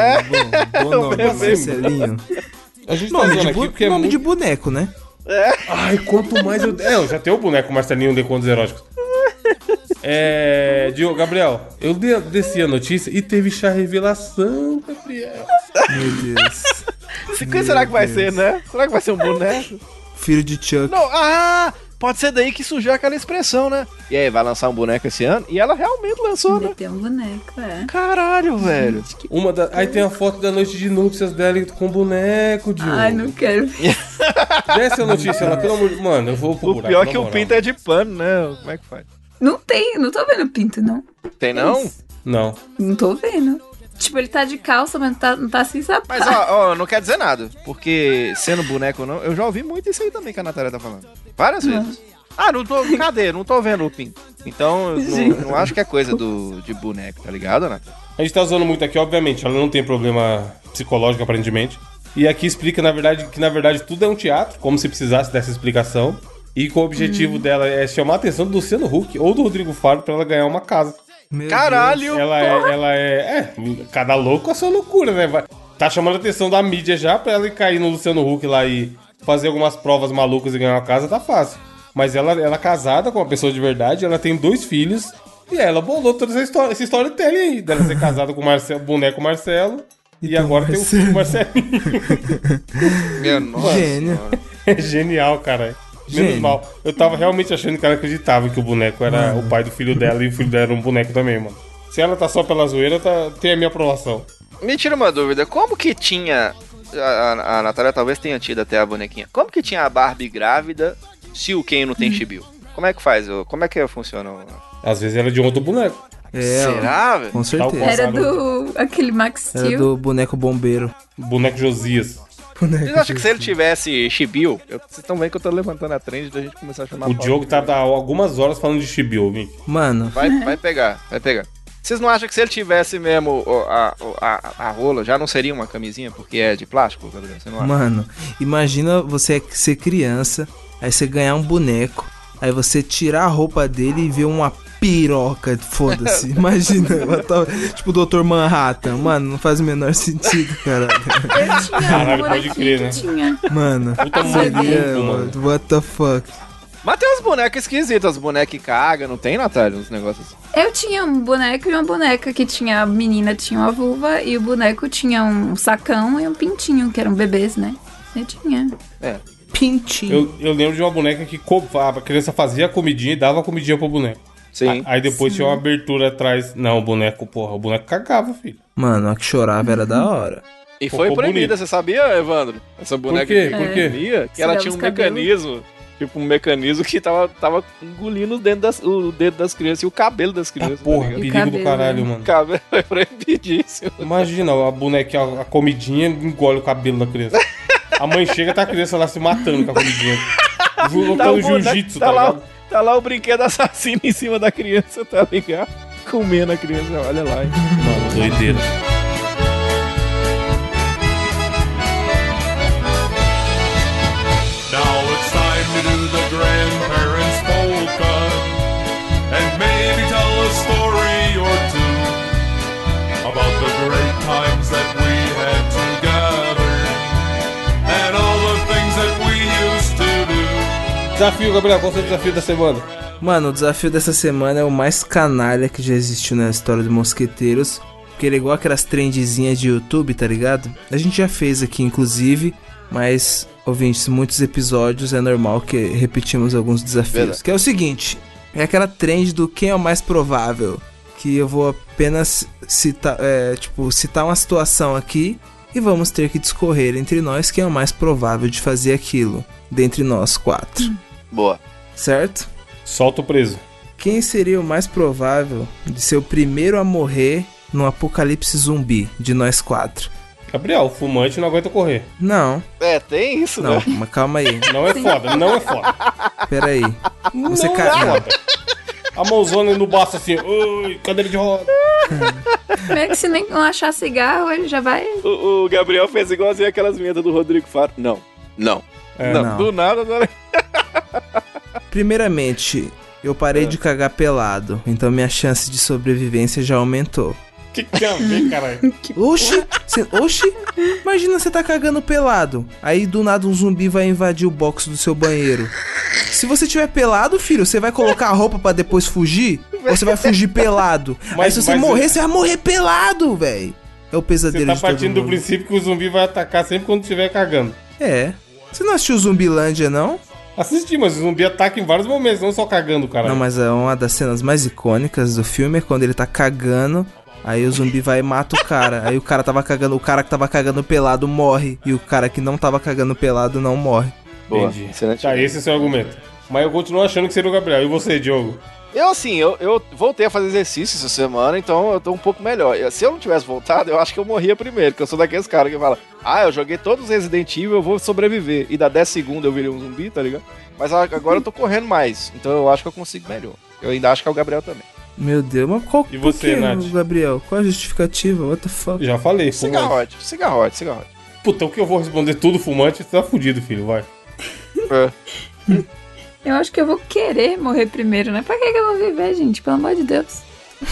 Bom, bom nome,
mesmo.
Marcelinho.
A gente tá
Nome,
usando
de,
aqui
bu-
porque é
nome
muito...
de boneco, né?
Ai, quanto mais eu... É, eu já tenho o boneco Marcelinho de Contos Eróticos. É... Diogo, Gabriel, eu de- desci a notícia e teve chá revelação, Gabriel.
Meu Deus.
Se- que será que vai
Deus.
ser, né? Será que vai ser um boneco?
Filho de Chuck.
Não, ah! Pode ser daí que surgiu aquela expressão, né? E aí, vai lançar um boneco esse ano? E ela realmente lançou, né?
Tem um boneco, é.
Caralho, velho.
Uma da... Aí tem a foto da noite de núpcias dela com boneco, Diogo.
Ai, não quero.
Desce a notícia lá, pelo amor de... Mano, eu vou pro
O
buraco,
pior é
na
que o
moral.
pinto é de pano, né? Como é que faz?
Não tem, não tô vendo pinto, não.
Tem não?
Não.
Não tô vendo. Tipo, ele tá de calça, mas não tá, não tá sem sapato.
Mas ó, ó, não quer dizer nada. Porque sendo boneco ou não, eu já ouvi muito isso aí também que a Natália tá falando. Várias vezes. Ah, não tô. Cadê? Não tô vendo o pinto. Então, eu não, não acho que é coisa do, de boneco, tá ligado, Natália?
A gente tá usando muito aqui, obviamente, ela não tem problema psicológico, aparentemente. E aqui explica, na verdade, que na verdade tudo é um teatro, como se precisasse dessa explicação. E que o
Hum.
objetivo dela é chamar a atenção do Luciano Huck ou do Rodrigo Faro pra ela ganhar uma casa.
Meu
Caralho!
Ela é, ela é. É, cada louco com a sua loucura, né? Vai- tá chamando a atenção da mídia já pra ela ir cair no Luciano Huck lá e fazer algumas provas malucas e ganhar uma casa, tá fácil. Mas ela, ela é casada com uma pessoa de verdade, ela tem dois filhos. E ela bolou toda essa história, essa história dele aí, dela ser casada com o Marcelo, boneco Marcelo. E, agora tem o filho Marcelinho.
Minha nossa.
Gênio.
É genial, cara. Menos
Gênio.
mal. Eu tava realmente achando que ela acreditava que o boneco era o pai do filho dela e o filho dela era um boneco também, mano. Se ela tá só pela zoeira, tá, tem a minha aprovação.
É.
Me tira uma dúvida, como que tinha. A, a, a Natália talvez tenha tido até a bonequinha. Como que tinha a Barbie grávida se o Ken não tem
Hum.
chibiu? Como é que faz? ô? Como é que funciona? ô?
Às vezes ela é de outro boneco.
É,
Será,
ó,
velho?
Com certeza.
Tal
Era do. aquele Max
Era
Steel.
do boneco bombeiro.
Boneco Josias.
Boneco
Vocês acham que
de-
se ele tivesse chibiu? eu- Vocês estão vendo que eu tô levantando a trend da gente começar a chamar
O
pau.
Diogo tá há algumas horas falando de chibi, ouvinte.
Mano,
Vai, vai pegar, vai pegar. Vocês não acham que se ele tivesse mesmo ó, a, ó, a, a rola, já não seria uma camisinha porque é de plástico, Gabriel? Você não acha?
mano, imagina você ser criança, aí você ganhar um boneco, aí você tirar a roupa dele e ver uma piroca, foda-se. Imagina, ela tá- tipo o Dr. Manhattan. Mano, não faz o menor sentido, cara.
Eu tinha
Caralho,
um
pode
bonequinho
crer,
que
né?
tinha.
Mano,
Puta um
seria,
maluco, Ah, mano.
what the fuck.
Mas tem uns bonecos esquisitos, as bonecas que caga, não tem, Natália? Uns negócios assim.
Eu tinha um boneco e uma boneca que tinha. A menina tinha uma vulva e o boneco tinha um sacão e um pintinho, que eram bebês, né? Eu tinha.
É,
Pintinho.
Eu, eu lembro de uma boneca que co- a criança fazia a comidinha e dava a comidinha pro boneco.
Sim.
Aí depois tinha uma abertura atrás. Não, o boneco, porra, o boneco cagava, filho.
Mano, a que chorava era da hora.
E foi
Ficou
proibida,
bonito.
você sabia, Evandro? Essa boneca
quê?
que
Por
eu
quê?
comia, que
Se
ela
dava
tinha um
os cabelos.
mecanismo, tipo um mecanismo que tava, tava engolindo o dedo das, o dedo das crianças e o cabelo das
Tá
crianças.
porra,
tá
perigo
ligado?
do
cabelo,
caralho,
né?
mano.
o cabelo foi proibidíssimo.
Imagina, a bonequinha, a comidinha engole o cabelo da criança. A mãe chega tá a criança lá se matando com a comidinha. Ju- Lutando
boneco-
jiu-jitsu,
tá
tá,
lá,
ligado?
tá lá o brinquedo assassino em cima da criança, tá ligado? Comendo a criança, olha lá, hein?
Mano, doideira.
Now it's time to do the grandparents polka and maybe tell a story or two about the great times that we had together and all the things that we used to do.
Desafio, Gabriel, qual foi o desafio da semana?
Mano, o desafio dessa semana é o mais canalha que já existiu na história dos mosqueteiros. Porque ele é igual aquelas trendezinhas de YouTube, tá ligado? A gente já fez aqui, inclusive, mas, ouvintes, muitos episódios é normal que repetimos alguns desafios. Que é o seguinte: é aquela trend do quem é o mais provável. Que eu vou apenas citar, é, tipo, citar uma situação aqui e vamos ter que discorrer entre nós quem é o mais provável de fazer aquilo. Dentre nós quatro.
Boa.
Certo?
Solta o preso.
Quem seria o mais provável de ser o primeiro a morrer no apocalipse zumbi de nós quatro?
Gabriel, fumante não aguenta correr.
Não,
É, tem isso,
não,
né?
mas calma aí,
Não é foda, não é foda.
pera aí. Você
não
ca-
é
não.
foda. A mãozona no baço assim, ui, cadeira de roda.
Como é que se nem não achar cigarro, ele já vai.
O, o Gabriel fez igualzinho aquelas merdas do Rodrigo Faro. Não. Não.
É,
não.
não.
Do nada, né? agora.
Primeiramente, eu parei de cagar pelado, então minha chance de sobrevivência já aumentou.
O que, que tem a ver, caralho?
Oxi, cê- oxi, imagina você tá cagando pelado, aí do nada um zumbi vai invadir o box do seu banheiro. Se você tiver pelado, filho, você vai colocar a roupa pra depois fugir? Ou você vai fugir pelado?
Mas-
Mas, aí se você
mas-
morrer, você vai morrer pelado, velho. É o
Você
pesadelo
tá
de todo
partindo do
mundo.
princípio que o zumbi vai atacar sempre quando estiver cagando.
É. Você não assistiu Zumbilândia, não?
Assisti, mas o zumbi ataca em vários momentos, não só cagando, caralho.
Não, mas é uma das cenas mais icônicas do filme é quando ele tá cagando. Aí o zumbi vai e mata o cara. Aí o cara tava cagando, o cara que tava cagando pelado morre. E o cara que não tava cagando pelado não morre.
Boa.
Entendi.
Excelente.
Tá, esse é o seu argumento. Mas eu continuo achando que seria o Gabriel. E você, Diogo?
Eu, assim, eu, eu voltei a fazer exercício essa semana, então eu tô um pouco melhor. Eu- Se eu não tivesse voltado, eu acho que eu morria primeiro, porque eu sou daqueles caras que fala, ah, eu joguei todos os Resident Evil, eu vou sobreviver. E da 10 segundos eu virei um zumbi, tá ligado? Mas a- agora eu tô correndo mais, então eu acho que eu consigo melhor. Eu ainda acho que é o Gabriel também.
Meu Deus, mas qual
E você,
por que,
Nath?
Gabriel? Qual a justificativa? What the fuck?
Já falei, fumante.
Cigarrote, cigarrote, cigarrote.
Puta, o que eu vou responder tudo fumante, você tá fudido, filho, vai. É.
Eu acho que eu vou querer morrer primeiro, né? Pra que, que eu vou viver, gente? Pelo amor de Deus.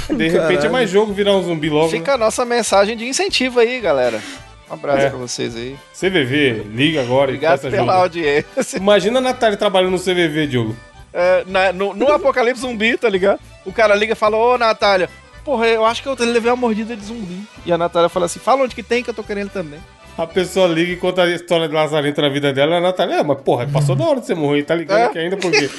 De repente é mais jogo virar um zumbi logo.
É. Fica a nossa mensagem de incentivo aí, galera. Um abraço
É.
pra vocês aí.
né? CVV, liga agora
Obrigado
e
pela
peça jogo.
audiência.
Imagina a Natália trabalhando no CVV, Diogo.
É, na- no, no Apocalipse Zumbi, tá ligado? O cara liga e fala, ô Natália, porra, eu acho que eu levei uma mordida de zumbi. E a Natália fala assim, fala onde que tem que eu tô querendo também.
A pessoa liga e conta a história de Lazarento na vida dela, a Natália, é, mas porra, passou da hora de você morrer, tá ligando aqui ainda por quê?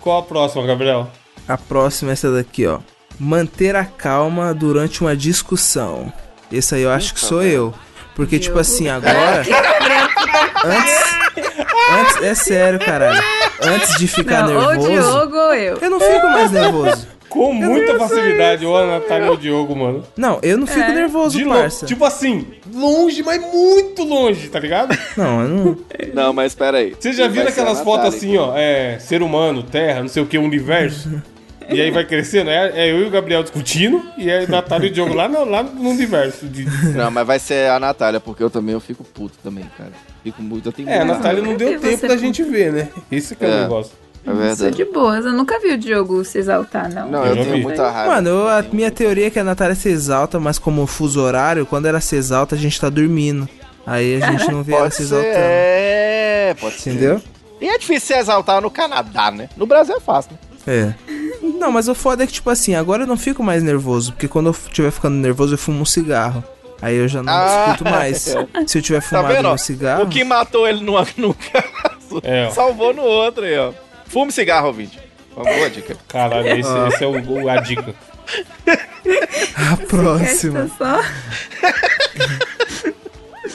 Qual a próxima, Gabriel?
A próxima é essa daqui, ó. Manter a calma durante uma discussão. Esse aí eu acho que sou eu. Porque, tipo assim, agora.
né?
antes, antes. É sério, caralho. Antes de ficar
Não, ou o
nervoso.
Diogo ou eu.
Eu não fico mais nervoso.
Com muita facilidade, ou a Natália ou o tá Diogo, mano.
Não, eu não
É.
fico nervoso,
De longe,
parça.
tipo assim, longe, mas muito longe, tá ligado?
Não, eu não.
Não, mas pera aí.
Vocês já
Quem
viram
vai ser
aquelas
a
fotos
Natália,
assim, ó? É, ser humano, terra, não sei o que, universo. E aí vai crescendo, é, é eu e o Gabriel discutindo, e aí o Natália e o Diogo lá no, lá no universo. de-
Não, mas vai ser a Natália, porque eu também eu fico puto também, cara. Fico muito, eu tenho
É, a
muito
Natália não deu
Eu vi
tempo
você
da gente ver, né? Isso que é o
É.
negócio.
raiva. É
Sou
verdade.
de boas, eu nunca vi o Diogo se exaltar, não.
Não,
Eu
eu,
já vi.
tenho muita raiva.
Mano, eu- a minha teoria é que a Natália se exalta, mas como fuso horário, quando ela se exalta, a gente tá dormindo. Aí a gente não vê ela
pode
se
ser,
exaltando.
é, pode ser.
Entendeu?
E é difícil se exaltar no Canadá, né? No Brasil é fácil, né?
É. Não, mas o foda é que, tipo assim, agora eu não fico mais nervoso, porque quando eu estiver ficando nervoso, eu fumo um cigarro. Aí eu já não
Ah,
discuto mais. Se eu tiver
Tá
fumado
vendo? ó?
meu cigarro.
O que matou ele numa, num caso,
É, ó.
salvou no outro aí, ó. Fume cigarro, ouvinte. Uma boa dica.
Caralho, esse, esse é o, o- a dica.
A
Esta
próxima.
só.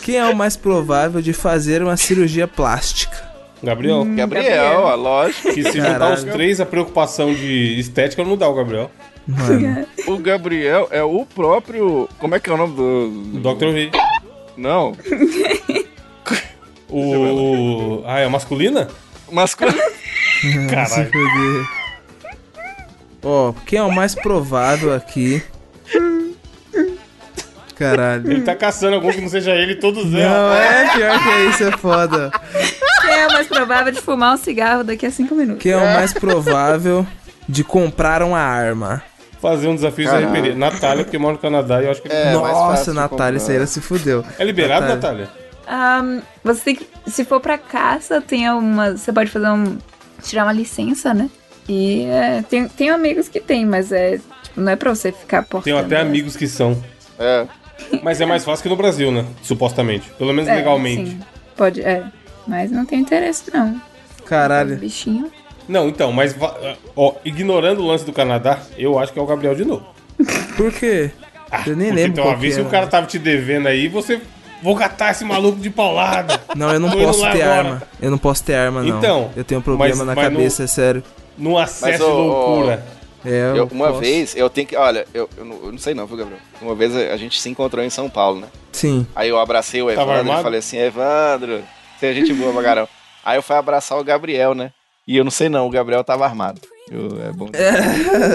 Quem é o mais provável de fazer uma cirurgia plástica?
Gabriel,
Gabriel,
Gabriel.
ó, lógico.
que se juntar
Caralho.
os três, a preocupação de estética não dá o Gabriel.
Mano.
O Gabriel é o próprio. Como é que é o nome do.
Dr. V.
Não.
O. Ah, é masculina?
Masculino.
Se
Caralho.
fuder. Ó, quem é o mais provável aqui? Caralho.
Ele tá caçando algum que não seja ele e todos
Não,
eles.
é pior que isso, é foda.
Quem é o mais provável de fumar um cigarro daqui a cinco minutos?
Quem é o mais provável de comprar uma arma?
Fazer um desafio e se
Caralho.
arrepender. Natália, porque mora no Canadá e eu acho que ele-
É, mais
Nossa,
fácil
Natália, isso aí
comprar.
ela se fudeu.
É liberado,
Natália.
Natália?
Ahn, você tem que, se for pra caça, tem uma. Você pode fazer um. tirar uma licença, né? E é, tem, tem amigos que tem, mas é. Tipo, não é pra você ficar portando.
Tenho até amigos que são.
É.
Mas é mais fácil que no Brasil, né? Supostamente. Pelo menos
É,
legalmente.
sim, pode, é. Mas não tem interesse, não. Um
Caralho.
Bichinho.
Não, então, mas. va- Ó, ignorando o lance do Canadá, eu acho que é o Gabriel de novo.
Por quê? Eu nem
Ah, Porque
lembro.
tem
qual
uma
que
vez que
era.
o cara tava te devendo aí, você. Vou catar esse maluco de paulada.
Não, eu não
Tô indo
posso
lá
ter
agora.
arma. Eu não posso ter arma, não.
Então,
Eu tenho um problema
mas-
na
mas
cabeça, é sério.
Num acesso
Mas, ô,
de loucura.
É, eu
Eu- uma
posso-
vez, eu tenho que. Olha, eu, eu não, eu não sei não, viu, Gabriel? Uma vez a a gente se encontrou em São Paulo, né?
Sim.
Aí eu abracei o
Tava
Evandro
armado?
e falei assim, Evandro, você é gente boa, bagarão. Aí eu fui abraçar o Gabriel, né? E eu não sei não, o Gabriel tava armado. Eu- é bom.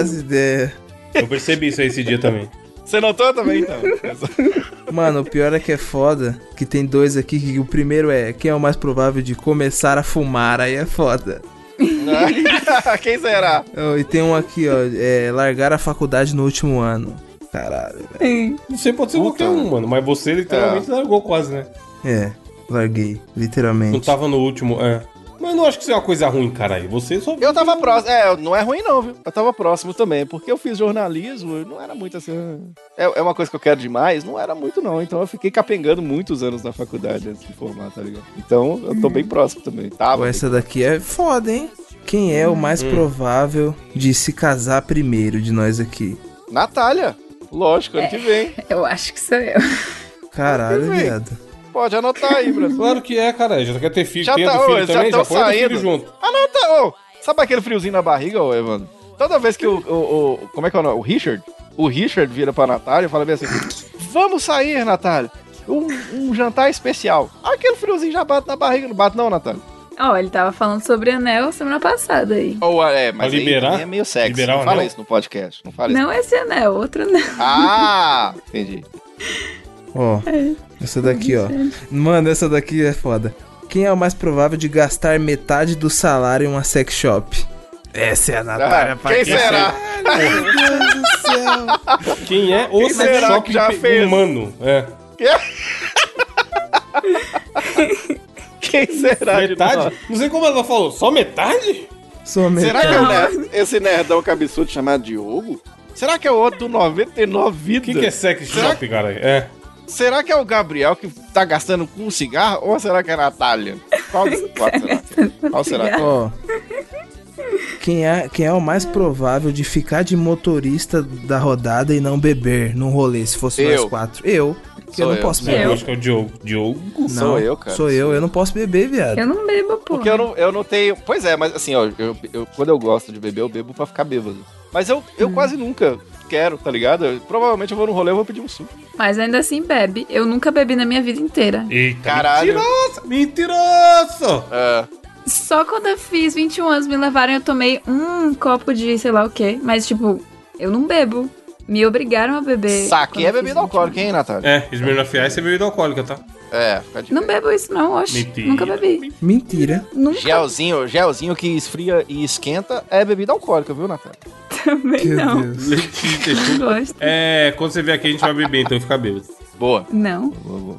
As ideias.
Eu percebi isso aí esse dia também.
Você notou também, então?
Mano, o pior é que é foda que tem dois aqui que o primeiro é quem é o mais provável de começar a fumar, aí é foda.
Quem será?
Ó, E tem um aqui, ó, é largar a faculdade no último ano. Caralho, velho.
Não sei, pode ser qualquer um, mano. Mas você literalmente largou quase, né?
É, larguei,
Não
literalmente.
tava no último, é. Mas eu não acho que isso é uma coisa ruim, caralho. Você só.
Eu tava próximo. É, não é ruim não, viu? Eu tava próximo também, porque eu fiz jornalismo, eu não era muito assim... É, é uma coisa que eu quero demais? Não era muito não, então eu fiquei capengando muitos anos na faculdade antes de formar, tá ligado? Então eu tô bem próximo também,
Ó,
tava.
essa daqui é foda, hein? Quem é o mais
Hum.
provável de se casar primeiro de nós aqui?
Natália, lógico, ano que vem.
Eu acho que sou eu.
Caralho,
Perfeito.
viado.
Pode anotar aí, Brasil.
Claro que é, caralho. Já quer ter filho,
Já
tendo
tá, ô,
filho
eles já
também, já,
tão
põe o filho
saindo.
junto.
Anota, Ah, tá, ô! Sabe aquele friozinho na barriga, ô, Evandro? Toda vez que o, o, o- Como é que é o nome? O Richard? O Richard vira pra Natália e fala bem assim: Vamos sair, Natália! Um, um jantar especial. Aquele friozinho já bate na barriga, não bate, não, Natália?
Ó, ele tava falando sobre anel semana passada aí.
Ou é, mas
Pra
aí
liberar?
também é meio sexy.
Liberar o
não fala
anel?
isso no podcast. Não fala isso.
Não esse anel, outro anel.
Ah! Entendi.
Ó, essa daqui, ó. Mano, essa daqui é foda. Quem é o mais provável de gastar metade do salário em uma sex shop? Essa é a Natália.
Ah, quem será?
Quem é o sex
será
shop
que já
pe-
fez?
humano? É.
Quem será? de nós?
Metade? Não sei como ela falou. Só metade?
Sou mesmo.
Será que é o nerd, esse nerdão cabeçudo chamado Diogo? Será que é o outro do 99
O
Vida?
que, que é sex shop, caralho? É.
Será que é o Gabriel que tá gastando com cigarro ou será que é a Natália? Qual, qual será? que é? Qual será? que é?
Ó. Quem é, quem é o mais provável de ficar de motorista da rodada e não beber num rolê, se fosse nós
Eu.
quatro? Eu. Que eu
Sou
não
eu.
posso
Não,
Eu.
eu
beber.
acho que é o Diogo. Diogo?
Não,
Sou eu, cara.
Sou eu, eu não posso beber, viado.
Eu não bebo, pô.
Porque eu não, eu não tenho. Pois é, mas assim, ó, eu, eu- quando eu gosto de beber, eu bebo pra ficar bêbado. Mas eu,
Hum.
eu quase nunca quero, tá ligado? Eu- provavelmente eu vou no rolê e vou pedir um suco.
Mas ainda assim bebe. Eu nunca bebi na minha vida inteira.
Eita,
Caralho.
Mentiroso! Mentiroso!
É,
Só quando eu fiz 21 anos me levaram eu tomei um copo de sei lá o quê. Mas, tipo, eu não bebo. Me obrigaram a beber.
saque
quando
é
eu fiz
bebida
21
alcoólica, hein, Natália?
É, Smirnoff Ice é bebida alcoólica, tá?
É, fica de
Não bebo isso, não, oxe.
Mentira.
Nunca bebi.
Mentira.
Nunca
Gelzinho, gelzinho que esfria e esquenta é bebida alcoólica, viu, Natália?
também,
Meu
não.
Deus.
Letícia,
Não
chupa.
gosto.
É, quando você vier aqui a gente vai beber, então fica bêbado.
Boa.
Não.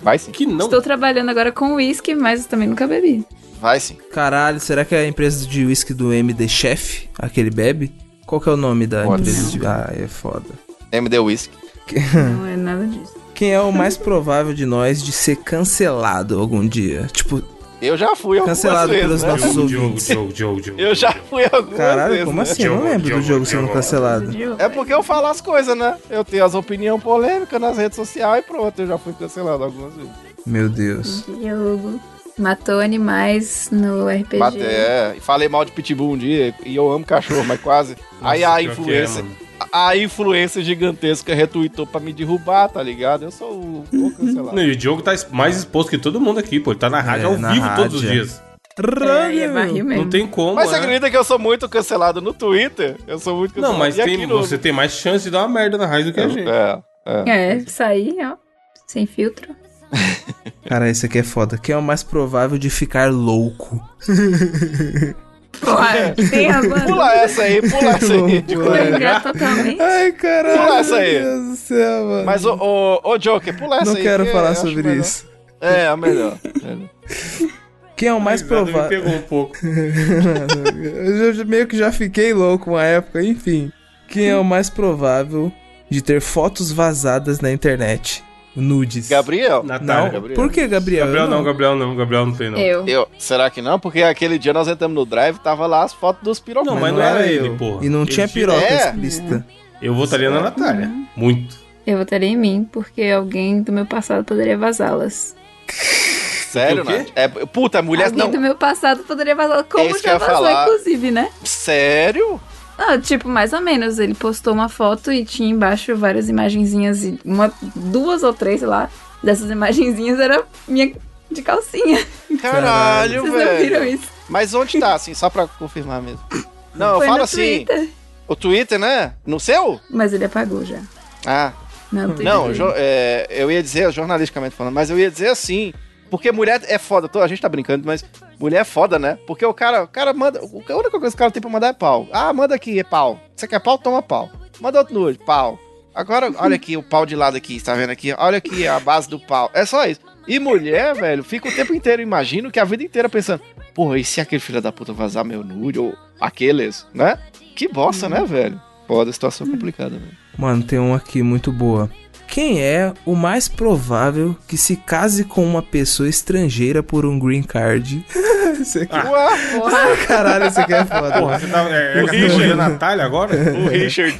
Vai sim,
Que não?
Estou trabalhando agora com uísque, mas também nunca bebi.
vai sim.
Caralho, será que é a empresa de uísque do MD Chef, aquele bebe? Qual que é o nome da
Pode
empresa de... Ah, é foda.
MD Whisky.
Hum.
Não é nada disso.
Quem é o mais provável de nós de ser cancelado algum dia? Tipo,
Eu já fui algumas
Cancelado
vezes,
pelos
né?
nossos-
Diogo,
ouvintes.
Diogo, Diogo, Diogo, Diogo.
Eu já fui algumas
caralho,
vezes.
como
né?
assim? Eu não
Diogo,
lembro do
Diogo,
jogo sendo
Diogo.
cancelado.
É porque eu falo as coisas, né? Eu tenho as opiniões polêmicas nas redes sociais e pronto, eu já fui cancelado algumas vezes.
Meu Deus.
Diogo matou animais no RPG.
Bate, é, e falei mal de pitbull um dia e eu amo cachorro, mas quase.
Nossa,
aí a
pior que é,
influência,
mano.
a influência gigantesca retweetou pra me derrubar, tá ligado? Eu sou o vou cancelar.
Não, e o Diogo tá es- mais exposto que todo mundo aqui, pô. Ele tá na rádio ao
É, na
vivo todos os
rádio.
dias.
É, é barril mesmo.
Não tem como,
mas você
né?
acredita que eu sou muito cancelado no Twitter? Eu sou muito
Não,
cancelado.
mas
E
tem-
aqui no-
você tem mais chance de dar uma merda na rádio do que a gente.
É, é.
É, sair, ó. Sem filtro.
Cara, isso aqui é foda. Quem é o mais provável de ficar louco?
Porra, que tem a banda.
Pula essa aí, pula essa aí.
Pula.
Largar totalmente.
Ai, caralho.
Pula essa aí.
Meu Deus do céu, mano.
Mas ô, ô, ô, Joker, pula essa
não
aí.
quero
que eu
falar
acho
sobre
melhor.
isso.
É, é melhor.
Quem é o mais
A risada me
provável.
pegou um pouco.
eu já- meio que já fiquei louco uma época, enfim. Quem é o mais provável de ter fotos vazadas na internet? Nudes.
Gabriel?
Não.
Natália. Gabriel.
Gabriel.
Por que, Gabriel?
Gabriel
Eu
não, Gabriel não, Gabriel não tem não.
Eu.
Eu, será que não? Porque aquele dia nós entramos no drive, tava lá as fotos dos pirocos.
Não, mas não
é
era ele, porra.
E não
Ele
tinha
tinha-
piroca
É.
explícita.
Eu votaria na Natália.
Uhum.
Muito.
Eu votaria em mim, porque alguém do meu passado poderia vazá-las.
Sério,
O quê?
Nath? É, puta, mulher
Alguém
não.
do meu passado poderia vazá-las,
É
como
isso que
já
eu ia
vazou,
falar.
inclusive, né?
Sério?
Ah, tipo, mais ou menos. Ele postou uma foto e tinha embaixo várias imagenzinhas, e uma, duas ou três, sei lá. Dessas imagenzinhas era minha de calcinha.
Caralho,
Vocês não viram
velho.
isso?
Mas onde tá, assim, só pra confirmar mesmo? Não,
Foi
fala
no
assim.
Twitter.
O Twitter, né? No seu?
Mas ele apagou já.
Ah,
Não, tem
não, jo- é, eu ia dizer, jornalisticamente falando, mas eu ia dizer assim. Porque mulher é foda, tô- a gente tá brincando, mas mulher é foda, né? Porque o cara, o cara manda. o- A única coisa que o cara tem pra mandar é pau. Ah, manda aqui, é pau. Você quer pau? Toma pau. Manda outro nude, pau. Agora, olha aqui o pau de lado aqui, tá vendo aqui? Olha aqui a base do pau. É só isso. E mulher, velho, fica o tempo inteiro, imagino que a vida inteira pensando, porra, e se aquele filho da puta vazar meu nude? Ou aqueles, né? Que bosta, né, velho? Foda, situação complicada, velho.
Mano, tem uma aqui muito boa. Quem é o mais provável que se case com uma pessoa estrangeira por um green card? Esse aqui- é
Ué,
Caralho, esse aqui é
Ah. Porra,
foda.
você tá. É, é
O
categoria
Richard.
Natália agora?
o Richard.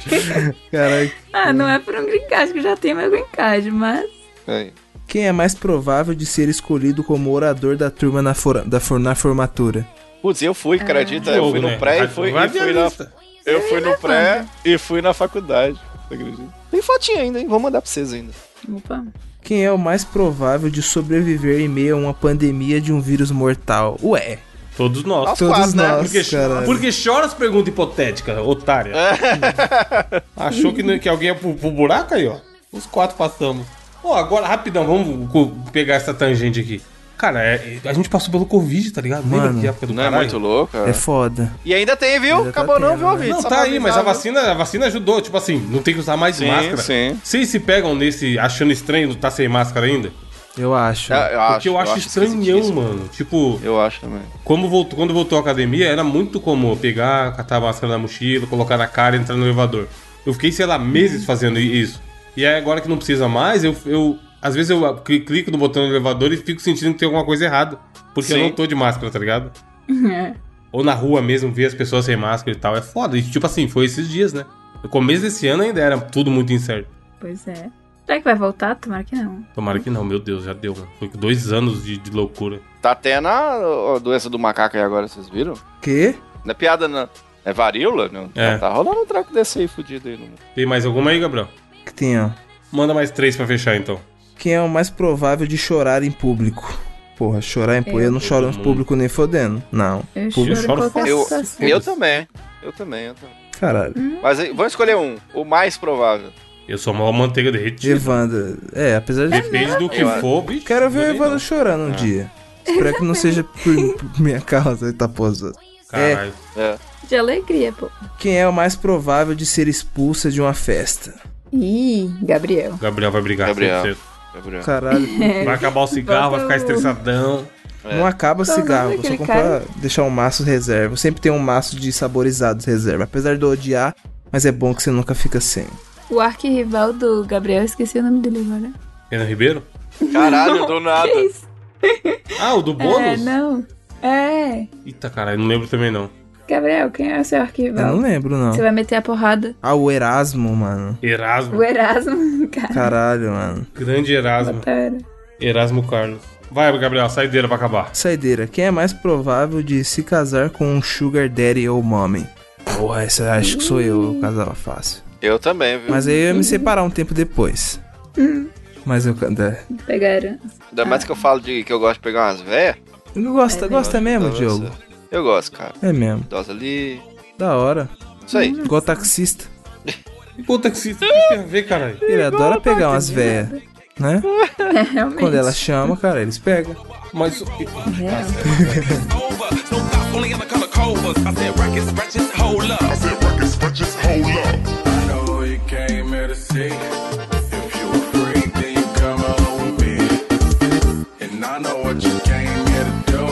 Caralho.
Ah, não é por um green card, que eu já tenho meu green card, mas...
Aí.
Quem é mais provável de ser escolhido como orador da turma na, fora- da for- na formatura?
Putz, eu fui, cara, acredita? Eu
né?
fui no pré e fui, e fui na,
Radialista.
eu fui no pré e fui na faculdade. Você acredita? Tem fotinha ainda, hein? Vou mandar pra vocês ainda.
Opa.
Quem é o mais provável de sobreviver em meio a uma pandemia de um vírus mortal? Ué,
Todos nós.
Nós
todos
quase, né?
nós,
Porque,
caralho.
porque chora as perguntas hipotéticas, otária.
É.
Achou que, não- que alguém ia pro, pro buraco aí, ó? Os quatro passamos. Pô, agora, rapidão, vamos co- pegar essa tangente aqui. Cara, é- é- a gente passou pelo Covid, tá ligado?
Mano,
Lembra que época do
Não é
caralho?
muito louco? cara?
É foda.
E ainda tem, viu?
Ainda tá
Acabou não,
tendo,
viu,
né?
Ouvinte?
Não,
Só
tá
pra
aí, mas a
avisar, viu?
vacina, a vacina ajudou. Tipo assim, não tem que usar mais
Sim,
máscara.
sim.
Vocês se pegam nesse achando estranho tá sem máscara ainda?
Eu acho.
Eu, eu
Porque eu acho, estranhão,
esquisitíssimo.
mano. Tipo,
Eu acho também.
como voltou, quando voltou à academia, era muito comum eu pegar, catar a máscara na mochila, colocar na cara e entrar no elevador. Eu fiquei, sei lá, meses fazendo i- isso. E aí, agora que não precisa mais, eu, eu Às vezes eu cli- clico no botão do elevador e fico sentindo que tem alguma coisa errada. Porque eu
Sim.
não tô de máscara, tá ligado?
É.
Ou na rua mesmo, ver as pessoas sem máscara e tal. É foda. E tipo assim, foi esses dias, né? No começo desse ano ainda era tudo muito incerto.
Pois é. Será que vai voltar? Tomara que não.
Tomara que não, meu Deus, já deu, mano. Foi dois anos de, de loucura.
Tá até na ó, doença do macaco aí agora, vocês viram?
Quê?
Não é piada, não. É varíola? Não.
É.
Já Tá rolando um treco desse aí, fudido aí. No... mundo.
Tem mais alguma aí, Gabriel?
Que tem, ó.
Manda mais três pra fechar, então.
Quem é o mais provável de chorar em público? Porra, chorar em público.
É.
Eu não choro em
mundo.
público nem fodendo. Não.
Eu
Pô, eu
choro em
choro
qualquer
fácil.
situação.
Eu também. Eu também, eu também.
Caralho.
Hum.
Mas aí, vamos escolher um. O mais provável.
Eu sou uma manteiga derretida.
Evandro. É, apesar de.
Depende do que
Eu acho.
for, bicho.
Quero ver o
Não sei
Evandro
não. Ah.
chorando um dia. Espero que não seja por, por minha causa. Ele tá posando.
Caralho.
É.
De alegria, pô.
Quem é o mais provável de ser expulsa de uma festa?
Ih, Gabriel.
Gabriel vai brigar.
Gabriel.
100%.
Gabriel.
Caralho.
Vai acabar o cigarro, vai ficar
Bota o-
estressadão.
É.
Não é acaba
Qual o nome
cigarro, vou só
daquele
comprar, deixar um maço reserva. Eu Sempre tem um maço de saborizados reserva. Apesar de eu odiar, mas é bom que você nunca fica sem.
O arquirrival do Gabriel, eu esqueci o nome dele agora.
Renan Ribeiro?
Caralho, do nada.
Que isso?
Ah, o do
É,
bônus?
não. É.
Eita, caralho, não lembro também não.
Gabriel, quem é o seu
Eu não
arquirrival?
lembro, não.
Você vai meter a porrada.
Ah, o Erasmo, mano.
Erasmo.
O Erasmo, cara.
Caralho, mano.
Grande Erasmo.
Pera.
Erasmo Carlos. Vai, Gabriel, saideira pra acabar.
Saideira, quem é mais provável de se casar com um sugar daddy ou mommy? Porra, essa eu acho que sou eu, eu casava fácil.
Eu também, viu?
Mas aí eu ia me separar um tempo depois. Uhum. Mas eu... é.
Pegaram.
Ainda mais que eu falo de que eu gosto de pegar umas véias.
É, Eu gosto, gosta mesmo,
Tá
Diogo?
vendo? Eu gosto, cara.
É mesmo.
Idosa ali.
Da hora.
Isso aí.
Igual taxista.
E puta que se o que tem a ver, caralho.
Ele adora pegar umas velhas, né?
É, realmente.
Quando ela chama, cara, eles pegam.
Mas.
over. No cops, only other color covers. I said, Rockets, Ratchets, hold up. I said, Rockets, Ratchets, hold up. I know you came here to see. If you a freak, then you come on with me. And I know what you came here to do.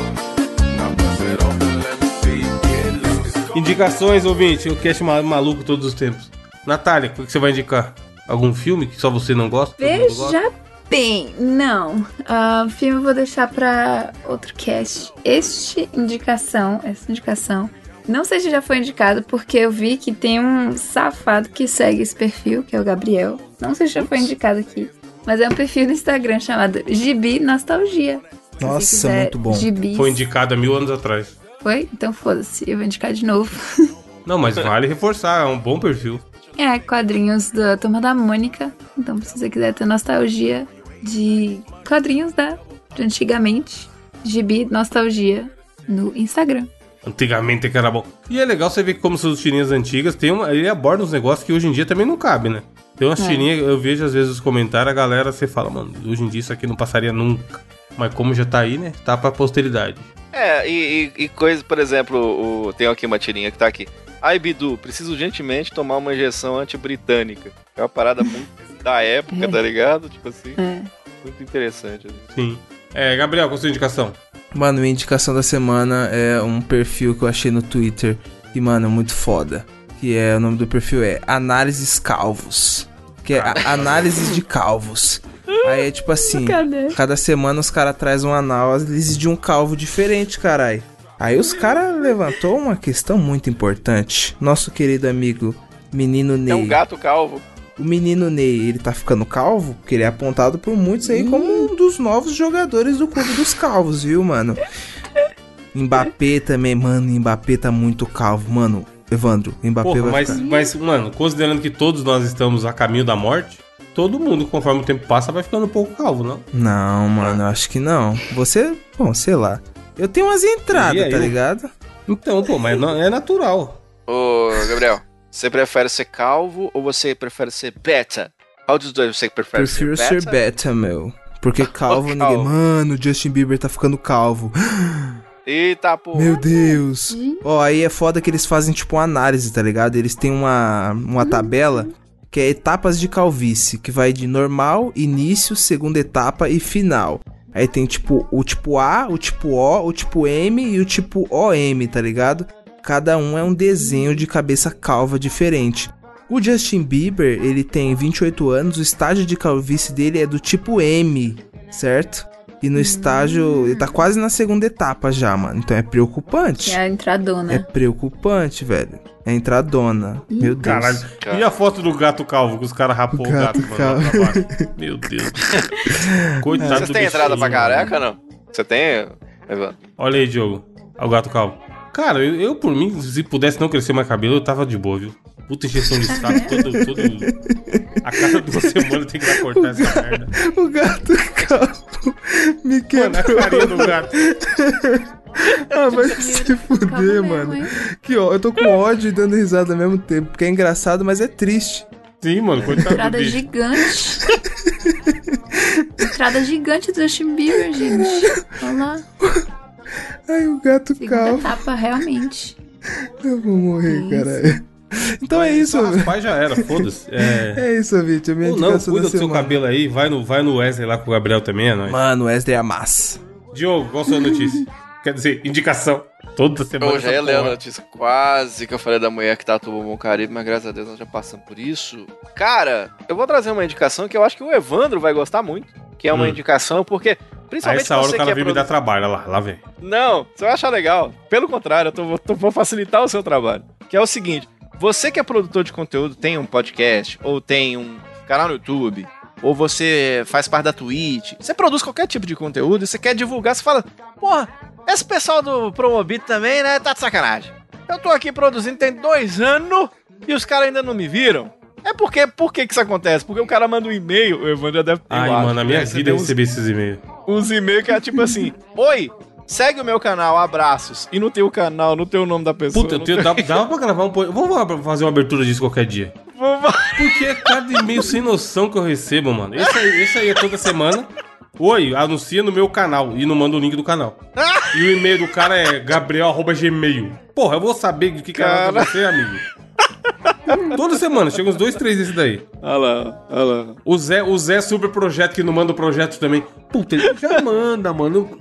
Now bust it open, let me see you get loose.
Indicações, ouvinte. O cast ma- maluco todos os tempos. Natália, o que que você vai indicar? Algum filme que só você não gosta? todo mundo gosta?
Veja bem, não. Ah, filme eu vou deixar pra outro cast. Este indicação, essa indicação, não sei se já foi indicado, porque eu vi que tem um safado que segue esse perfil, que é o Gabriel. Não sei se já foi indicado aqui. Mas é um perfil no Instagram chamado Gibi Nostalgia. Se você
Nossa,
quiser
muito bom.
Gibis.
Foi indicado há mil anos atrás.
Foi? Então foda-se, eu vou indicar de novo.
Não, mas vale reforçar, é um bom perfil.
É, quadrinhos da Turma da Mônica. Então, se você quiser ter nostalgia de quadrinhos da de antigamente, Gibi Nostalgia no Instagram.
Antigamente que era bom. E é legal você ver como suas tirinhas antigas tem uma. Ele aborda uns negócios que hoje em dia também não cabe, né? Tem umas
É.
tirinhas, eu vejo às vezes os comentários, a galera você fala, mano, hoje em dia isso aqui não passaria nunca. Mas como já tá aí, né? Tá pra posteridade.
É, e, e, e coisa, por exemplo, o, tem aqui uma tirinha que tá aqui. Ai, Bidu, preciso urgentemente tomar uma injeção antibritânica. É uma parada muito da época, tá ligado? Tipo assim,
É.
muito interessante. assim.
Sim. É, Gabriel, qual a sua indicação?
Mano, minha indicação da semana é um perfil que eu achei no Twitter. E, mano, é muito foda. Que é, o nome do perfil é Análises Calvos. Que é a- análises de calvos. Aí é tipo assim,
Cadê?
cada semana os caras trazem uma análise de um calvo diferente, carai. Aí os caras levantou uma questão muito importante. Nosso querido amigo, menino Ney.
É um gato calvo.
O menino Ney, ele tá ficando calvo? Porque ele é apontado por muitos aí como
Hum.
um dos novos jogadores do clube dos calvos, viu, mano? Mbappé também, mano, Mbappé tá muito calvo, mano. Evandro, Mbappé
Porra,
vai
mas,
Tá ficar...
mas, mano, considerando que todos nós estamos a caminho da morte, todo mundo, conforme o tempo passa, vai ficando um pouco calvo, não?
Não, mano, eu acho que não. Você, bom, sei lá. Eu tenho umas entradas,
E aí?
tá ligado?
Então, pô, mas não- é natural.
Ô, Gabriel, você prefere ser calvo ou você prefere ser beta? Qual dos dois você prefere
Prefiro
ser beta?
ser beta, meu.
Tá
Porque calvo, ninguém...
calvo.
Mano, o Justin Bieber tá ficando calvo.
Eita, pô.
Meu Deus. Ó, aí é foda que eles fazem tipo uma análise, tá ligado? Eles têm uma, uma tabela que é etapas de calvície, que vai de normal, início, segunda etapa e final. Aí tem tipo o tipo A, o tipo O, o tipo M e o tipo OM, tá ligado? Cada um é um desenho de cabeça calva diferente. O Justin Bieber, ele tem 28 anos, o estágio de calvície dele é do tipo M, certo? E no estágio, ele tá quase na segunda etapa já, mano. Então é preocupante.
Que é a
É
entradona.
preocupante, velho. É entradona. Meu Deus.
Caralho. E a foto do gato calvo que os caras rapou o gato,
Gato
mano, lá pra baixo? Meu Deus. Coitado
Vocês
do
têm entrada pra
bichinho, né?
careca, não? Você tem, Evandro?
mano. Olha aí, Diogo. Olha o gato calvo. Cara, eu, eu, por mim, se pudesse não crescer mais cabelo, eu tava de boa, viu? Puta injeção de saco, todo, todo... A cada duas semanas tem que ir lá cortar essa merda.
O gato calvo me
Mano, a
quebrou.
carinha do gato.
Ah, vai se fuder,
mesmo,
mano. Tá
hein?
Que ó, eu tô com ódio e dando risada ao mesmo tempo, porque é engraçado, mas é triste.
Sim, mano, coitado do
Entrada
bicho.
gigante. Entrada gigante do Justin Bieber, gente. Olha lá.
Ai, o gato
Segunda
calvo.
etapa, realmente.
Eu vou morrer,
Isso.
caralho. Então é isso.
Só raspar Ah, já era, foda-se. É...
É isso, Vitor. Minha
Ou não,
indicação
cuida do
da
seu
semana.
cabelo aí, vai no, vai no Wesley lá com o Gabriel também, é nóis.
Mano, Wesley amassa.
Diogo, qual a sua notícia? Quer dizer, indicação. Toda semana.
Hoje
essa
é Leandro,
porra.
notícia quase que eu falei da mulher que tatuou o Bom Caribe, mas graças a Deus nós já passamos por isso. Cara, eu vou trazer uma indicação que eu acho que o Evandro vai gostar muito, que é uma
Hum.
indicação porque
A
principalmente
essa hora
você
o cara
que é
veio me dar
produ-
trabalho, olha lá, lá vem.
Não, você vai achar legal. Pelo contrário, eu tô, tô- vou facilitar o seu trabalho. Que é o seguinte: você que é produtor de conteúdo, tem um podcast, ou tem um canal no YouTube, ou você faz parte da Twitch, você produz qualquer tipo de conteúdo e você quer divulgar, você fala, porra, esse pessoal do Promobit também, né, tá de sacanagem. Eu tô aqui produzindo tem dois anos e os caras ainda não me viram. É porque, por que que isso acontece? Porque o cara manda um e-mail, o Evandro já deve ter um
Ai, mano, na minha vida
um
eu recebi esses e-mails.
uns e-mails que é tipo assim: Oi, segue o meu canal, abraços. E não tem o canal, não tem o nome da pessoa.
Puta, eu
não
tenho, dava, dava pra gravar um pouco. Vamos lá pra fazer uma abertura disso qualquer dia.
tem- Vamos-
Porque é cada e-mail sem noção que eu recebo, mano. Esse aí, esse aí é toda semana. Oi, anuncia no meu canal e não manda o link do canal. E o e-mail do cara é gabriel.gmail. Porra, eu vou saber de que canal que é você, amigo. Toda semana, chega uns dois, três desse daí.
Olha lá, olha lá.
O Zé, o Zé super projeto que não manda o projeto também. Puta, ele já manda, mano.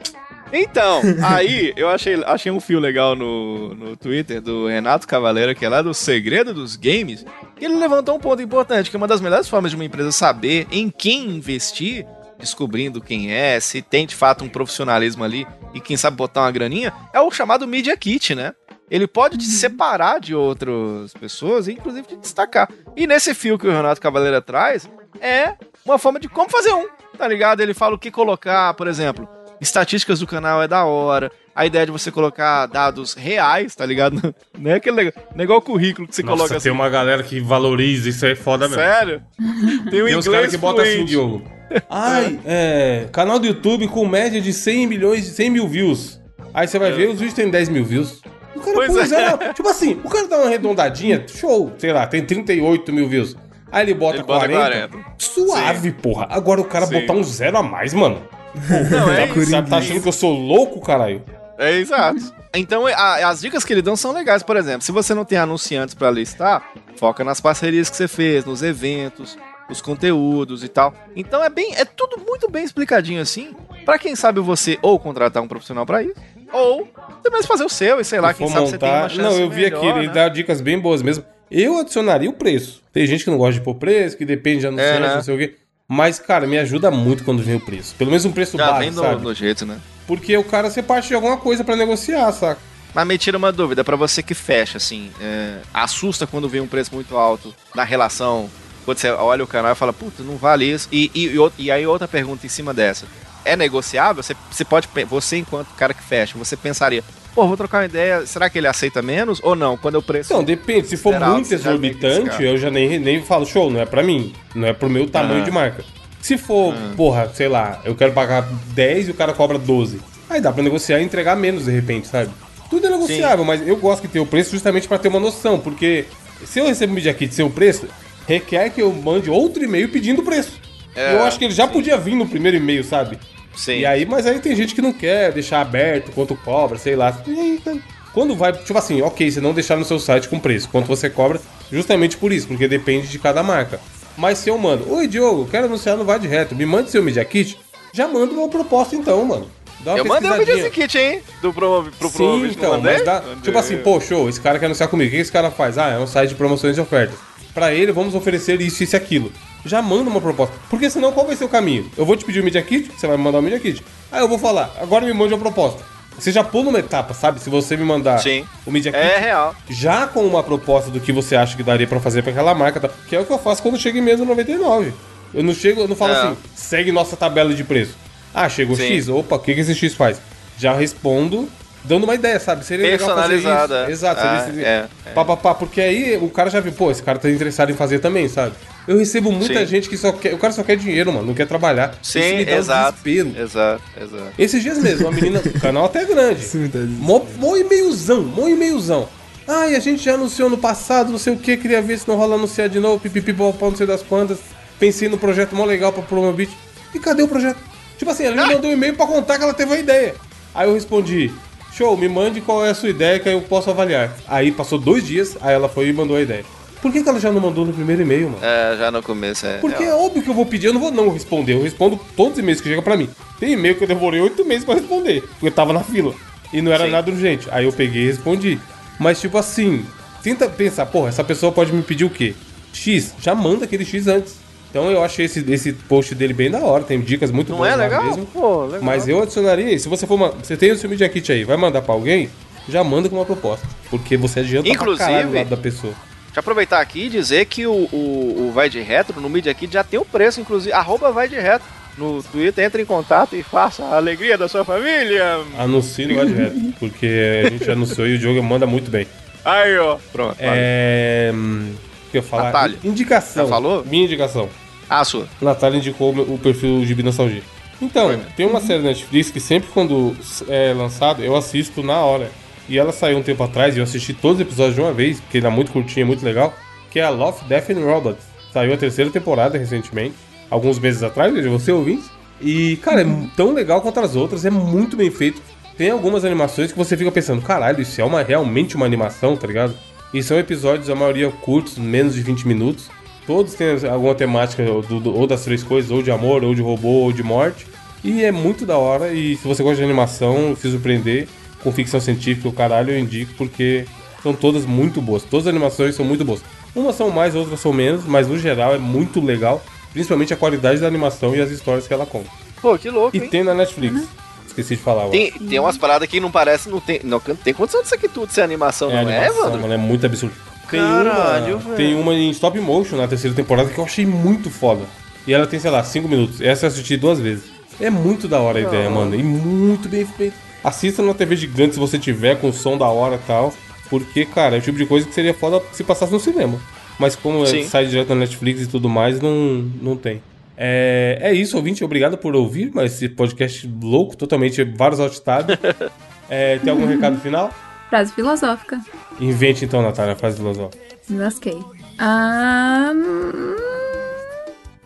Então, aí eu achei, achei um fio legal no, no Twitter do Renato Cavaleiro, que é lá do Segredo dos Games, que ele levantou um ponto importante, que uma das melhores formas de uma empresa saber em quem investir, descobrindo quem é, se tem de fato um profissionalismo ali e quem sabe botar uma graninha, é o chamado Media Kit, né? Ele pode te separar de outras pessoas e inclusive te destacar. E nesse fio que o Renato Cavaleiro traz, é uma forma de como fazer um, tá ligado? Ele fala o que colocar, por exemplo, estatísticas do canal é da hora. A ideia de você colocar dados reais, tá ligado? Não é aquele negócio, não é igual currículo que você
Nossa,
coloca
tem uma galera que valoriza, isso aí é foda mesmo.
Sério? Tem o
Tem
inglês
uns caras que botam assim,
fluente.
Diogo. Ai, é. Canal do YouTube com média de 100 milhões, 100 mil views. Aí você vai ver, os vídeos têm 10 mil views. O cara
É. Pois
põe
é.
zero- Tipo assim, o cara dá uma arredondadinha, show, sei lá, tem 38 mil views. Aí ele bota,
Ele bota
40.
40.
Suave, porra. Agora o cara
Sim.
botar um zero a mais, mano.
Não, é
Sabe, tá achando que eu sou louco, caralho?
É exato. Então, a- as dicas que ele dão são legais. Por exemplo, se você não tem anunciantes pra listar, foca nas parcerias que você fez, nos eventos, nos conteúdos e tal. Então é bem, é tudo muito bem explicadinho assim, Pra quem sabe você ou contratar um profissional pra isso, ou também fazer o seu e sei lá,
Se
quem
for
sabe você tem uma chance
Não, eu vi
melhor,
aqui, ele
né?
dá dicas bem boas mesmo. Eu adicionaria o preço. Tem gente que não gosta de pôr preço, que depende de anunciante,
É, né?
não sei o quê. Mas, cara, me ajuda muito quando vem o preço. Pelo menos um preço
Já
baixo,
vem no,
sabe?
no jeito, né?
Porque o cara, você parte de alguma coisa pra negociar, saca?
Mas me tira uma dúvida, pra você que fecha, assim, é, assusta quando vê um preço muito alto na relação, quando você olha o canal e fala, puta, não vale isso. E, e, e, out- e aí outra pergunta em cima dessa. É negociável? Você, você pode, pe- você enquanto cara que fecha, você pensaria, pô, vou trocar uma ideia, será que ele aceita menos ou não? Quando o preço...
Então, depende. Se for
Geral,
muito
você já vem
exorbitante,
criticar.
eu já nem, nem falo, show, não é pra mim. Não é pro meu tamanho
Ah.
de marca. Se for, porra, sei lá, eu quero pagar 10 e o cara cobra 12. Aí dá pra negociar e entregar menos de repente, sabe? Tudo é negociável, mas eu gosto que ter o preço justamente pra ter uma noção, porque se eu recebo um media kit sem o preço, requer que eu mande outro e-mail pedindo o preço.
É,
eu acho que ele já podia vir no primeiro e-mail, sabe?
Sim.
Então, E aí, mas aí tem gente que não quer deixar aberto quanto cobra, sei lá. E aí, tá- quando vai, tipo assim, ok, você não deixar no seu site com preço, quanto você cobra, justamente por isso, porque depende de cada marca. Mas se eu mando, oi Diogo, quero anunciar no Vai de Reto, me mande seu Media Kit, já mando uma proposta então, mano. Dá uma
eu mandei um vídeo
pesquisadinha.
esse kit, hein? Do pro, pro, pro
então, é Sim, então, mas dá, tipo assim, pô, show, esse cara quer anunciar comigo, o que esse cara faz? Ah, é um site de promoções de ofertas. pra ele, vamos oferecer isso, isso e aquilo. Já manda uma proposta. Porque senão qual vai ser o caminho? Eu vou te pedir o Media Kit, você vai me mandar o Media Kit. Aí eu vou falar, agora me mande uma proposta. Você já pula uma etapa, sabe? Se você me mandar
Sim.
o Media Kit,
É real.
já com uma proposta do que você acha que daria pra fazer pra aquela marca, tá? que é o que eu faço quando chego em mesa 99. Eu não chego, eu não falo
É.
assim, segue nossa tabela de preço. Ah, chegou
Sim.
X, opa, o que, que esse X faz? Já respondo, dando uma ideia, sabe? Seria legal fazer isso.
Personalizada.
Exato,
Ah,
seria esse-
é, é.
Pá, pá, pá, porque aí o cara já viu, pô, esse cara tá interessado em fazer também, sabe? Eu recebo muita
Sim.
gente que só quer. O cara só quer dinheiro, mano, não quer trabalhar.
Sim,
me dá um
exato.
desespero.
Exato, exato.
Esses dias mesmo, uma menina. o canal até é grande.
Isso me dá desespero.
Mó, mó e-mailzão, mó e-mailzão. Ai, a gente já anunciou no passado, não sei o que, queria ver se não rola anunciar de novo, pipipipopó, não sei das quantas. Pensei num projeto mó legal pra Promobit. E cadê o projeto? Tipo assim, ela me mandou um e-mail pra contar que ela teve uma ideia. Aí eu respondi, show, me mande qual é a sua ideia que aí eu posso avaliar. Aí passou dois dias, aí ela foi e mandou a ideia. Por que, que ela já não mandou no primeiro e-mail, mano?
É, já no começo é.
Porque
é,
é óbvio que eu vou pedir, eu não vou não responder. Eu respondo todos os e-mails que chegam pra mim. Tem e-mail que eu demorei oito meses pra responder, porque eu tava na fila. E não era
Sim.
nada urgente. Aí eu peguei e respondi. Mas tipo assim, tenta pensar, porra, essa pessoa pode me pedir o quê? X, já manda aquele X antes. Então eu achei esse, esse post dele bem da hora, tem dicas muito
Não
boas
é
lá
legal?
mesmo.
Pô, legal.
Mas eu adicionaria, isso. se você for, man- você tem o seu Media Kit aí, vai mandar pra alguém, já manda com uma proposta, porque você adianta
Inclusive-
pra caralho do lado da pessoa.
Deixa eu aproveitar aqui e dizer que o, o, o Vai de Retro no Media Kit já tem o preço, inclusive. Arroba Vai de Retro no Twitter. Entre em contato e faça a alegria da sua família.
Anuncie no Adreto, porque a gente anunciou e o Diogo manda muito bem.
Aí, ó. Pronto. valeu.
É. hum, O que eu ia falar?
Natália.
Indicação.
Já falou?
Minha indicação.
Ah, sua.
Natália indicou o meu- o perfil Gibi Nostalgia. Então, tem uma série da Netflix que sempre quando é lançado, eu assisto na hora. E ela saiu um tempo atrás e eu assisti todos os episódios de uma vez, porque ele é muito curtinho, é muito legal, que é a Love, Death and Robots. Saiu a terceira temporada recentemente, alguns meses atrás, veja, você ouvinte. E, cara, é tão legal quanto as outras, é muito bem feito. Tem algumas animações que você fica pensando, caralho, isso é uma, realmente uma animação, tá ligado? E são episódios, a maioria curtos, menos de 20 minutos. Todos têm alguma temática do- do- ou das três coisas, ou de amor, ou de robô, ou de morte. E é muito da hora. E se você gosta de animação, se surpreender com ficção científica, o caralho, eu indico, porque são todas muito boas. Todas as animações são muito boas. Umas são mais, outras são menos, mas no geral é muito legal. Principalmente a qualidade da animação e as histórias que ela conta.
Pô, que louco,
E
hein?
tem na Netflix. Esqueci de falar. ó.
Tem, tem umas paradas que não parece, não tem, não, não tem condição disso aqui tudo ser animação,
É
não é,
animação,
Evandro?
mano, é muito absurdo. Tem
Caralho,
uma,
velho.
tem uma em stop motion na terceira temporada que eu achei muito foda. E ela tem, sei lá, 5 minutos. Essa eu assisti duas vezes. É muito da hora a ideia, mano. E muito bem feito. Assista na TV gigante se você tiver, com o som da hora e tal. Porque, cara, é o tipo de coisa que seria foda se passasse no cinema. Mas como é-
Sim.
sai direto na Netflix e tudo mais, não, não tem. É, é isso, ouvinte. Obrigado por ouvir, mas esse podcast louco, totalmente vários alt tab. É, tem algum recado final?
Frase filosófica.
Invente então, Natália, faz filosófica.
Me lasquei. Ah, hum,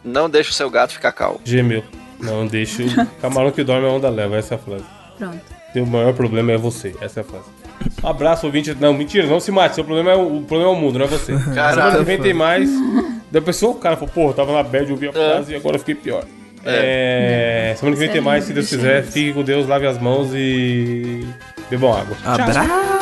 Não deixa o seu gato ficar calmo.
Gemeu. Não deixa. o Camarão que dorme a onda leva, essa é a frase.
pronto.
Seu maior problema é você, essa é a frase. Abraço, ouvinte. Não, mentira, não se mate. Seu problema é o, o problema é o mundo, não é você. Semana que vem tem mais. Da pessoa, o cara falou, porra, eu tava na bad, ouvi a frase e agora eu fiquei pior. É, Semana que vem tem mais, se Deus quiser. Fique com Deus, lave as mãos e. Bebam água. Tchau.
Abraço!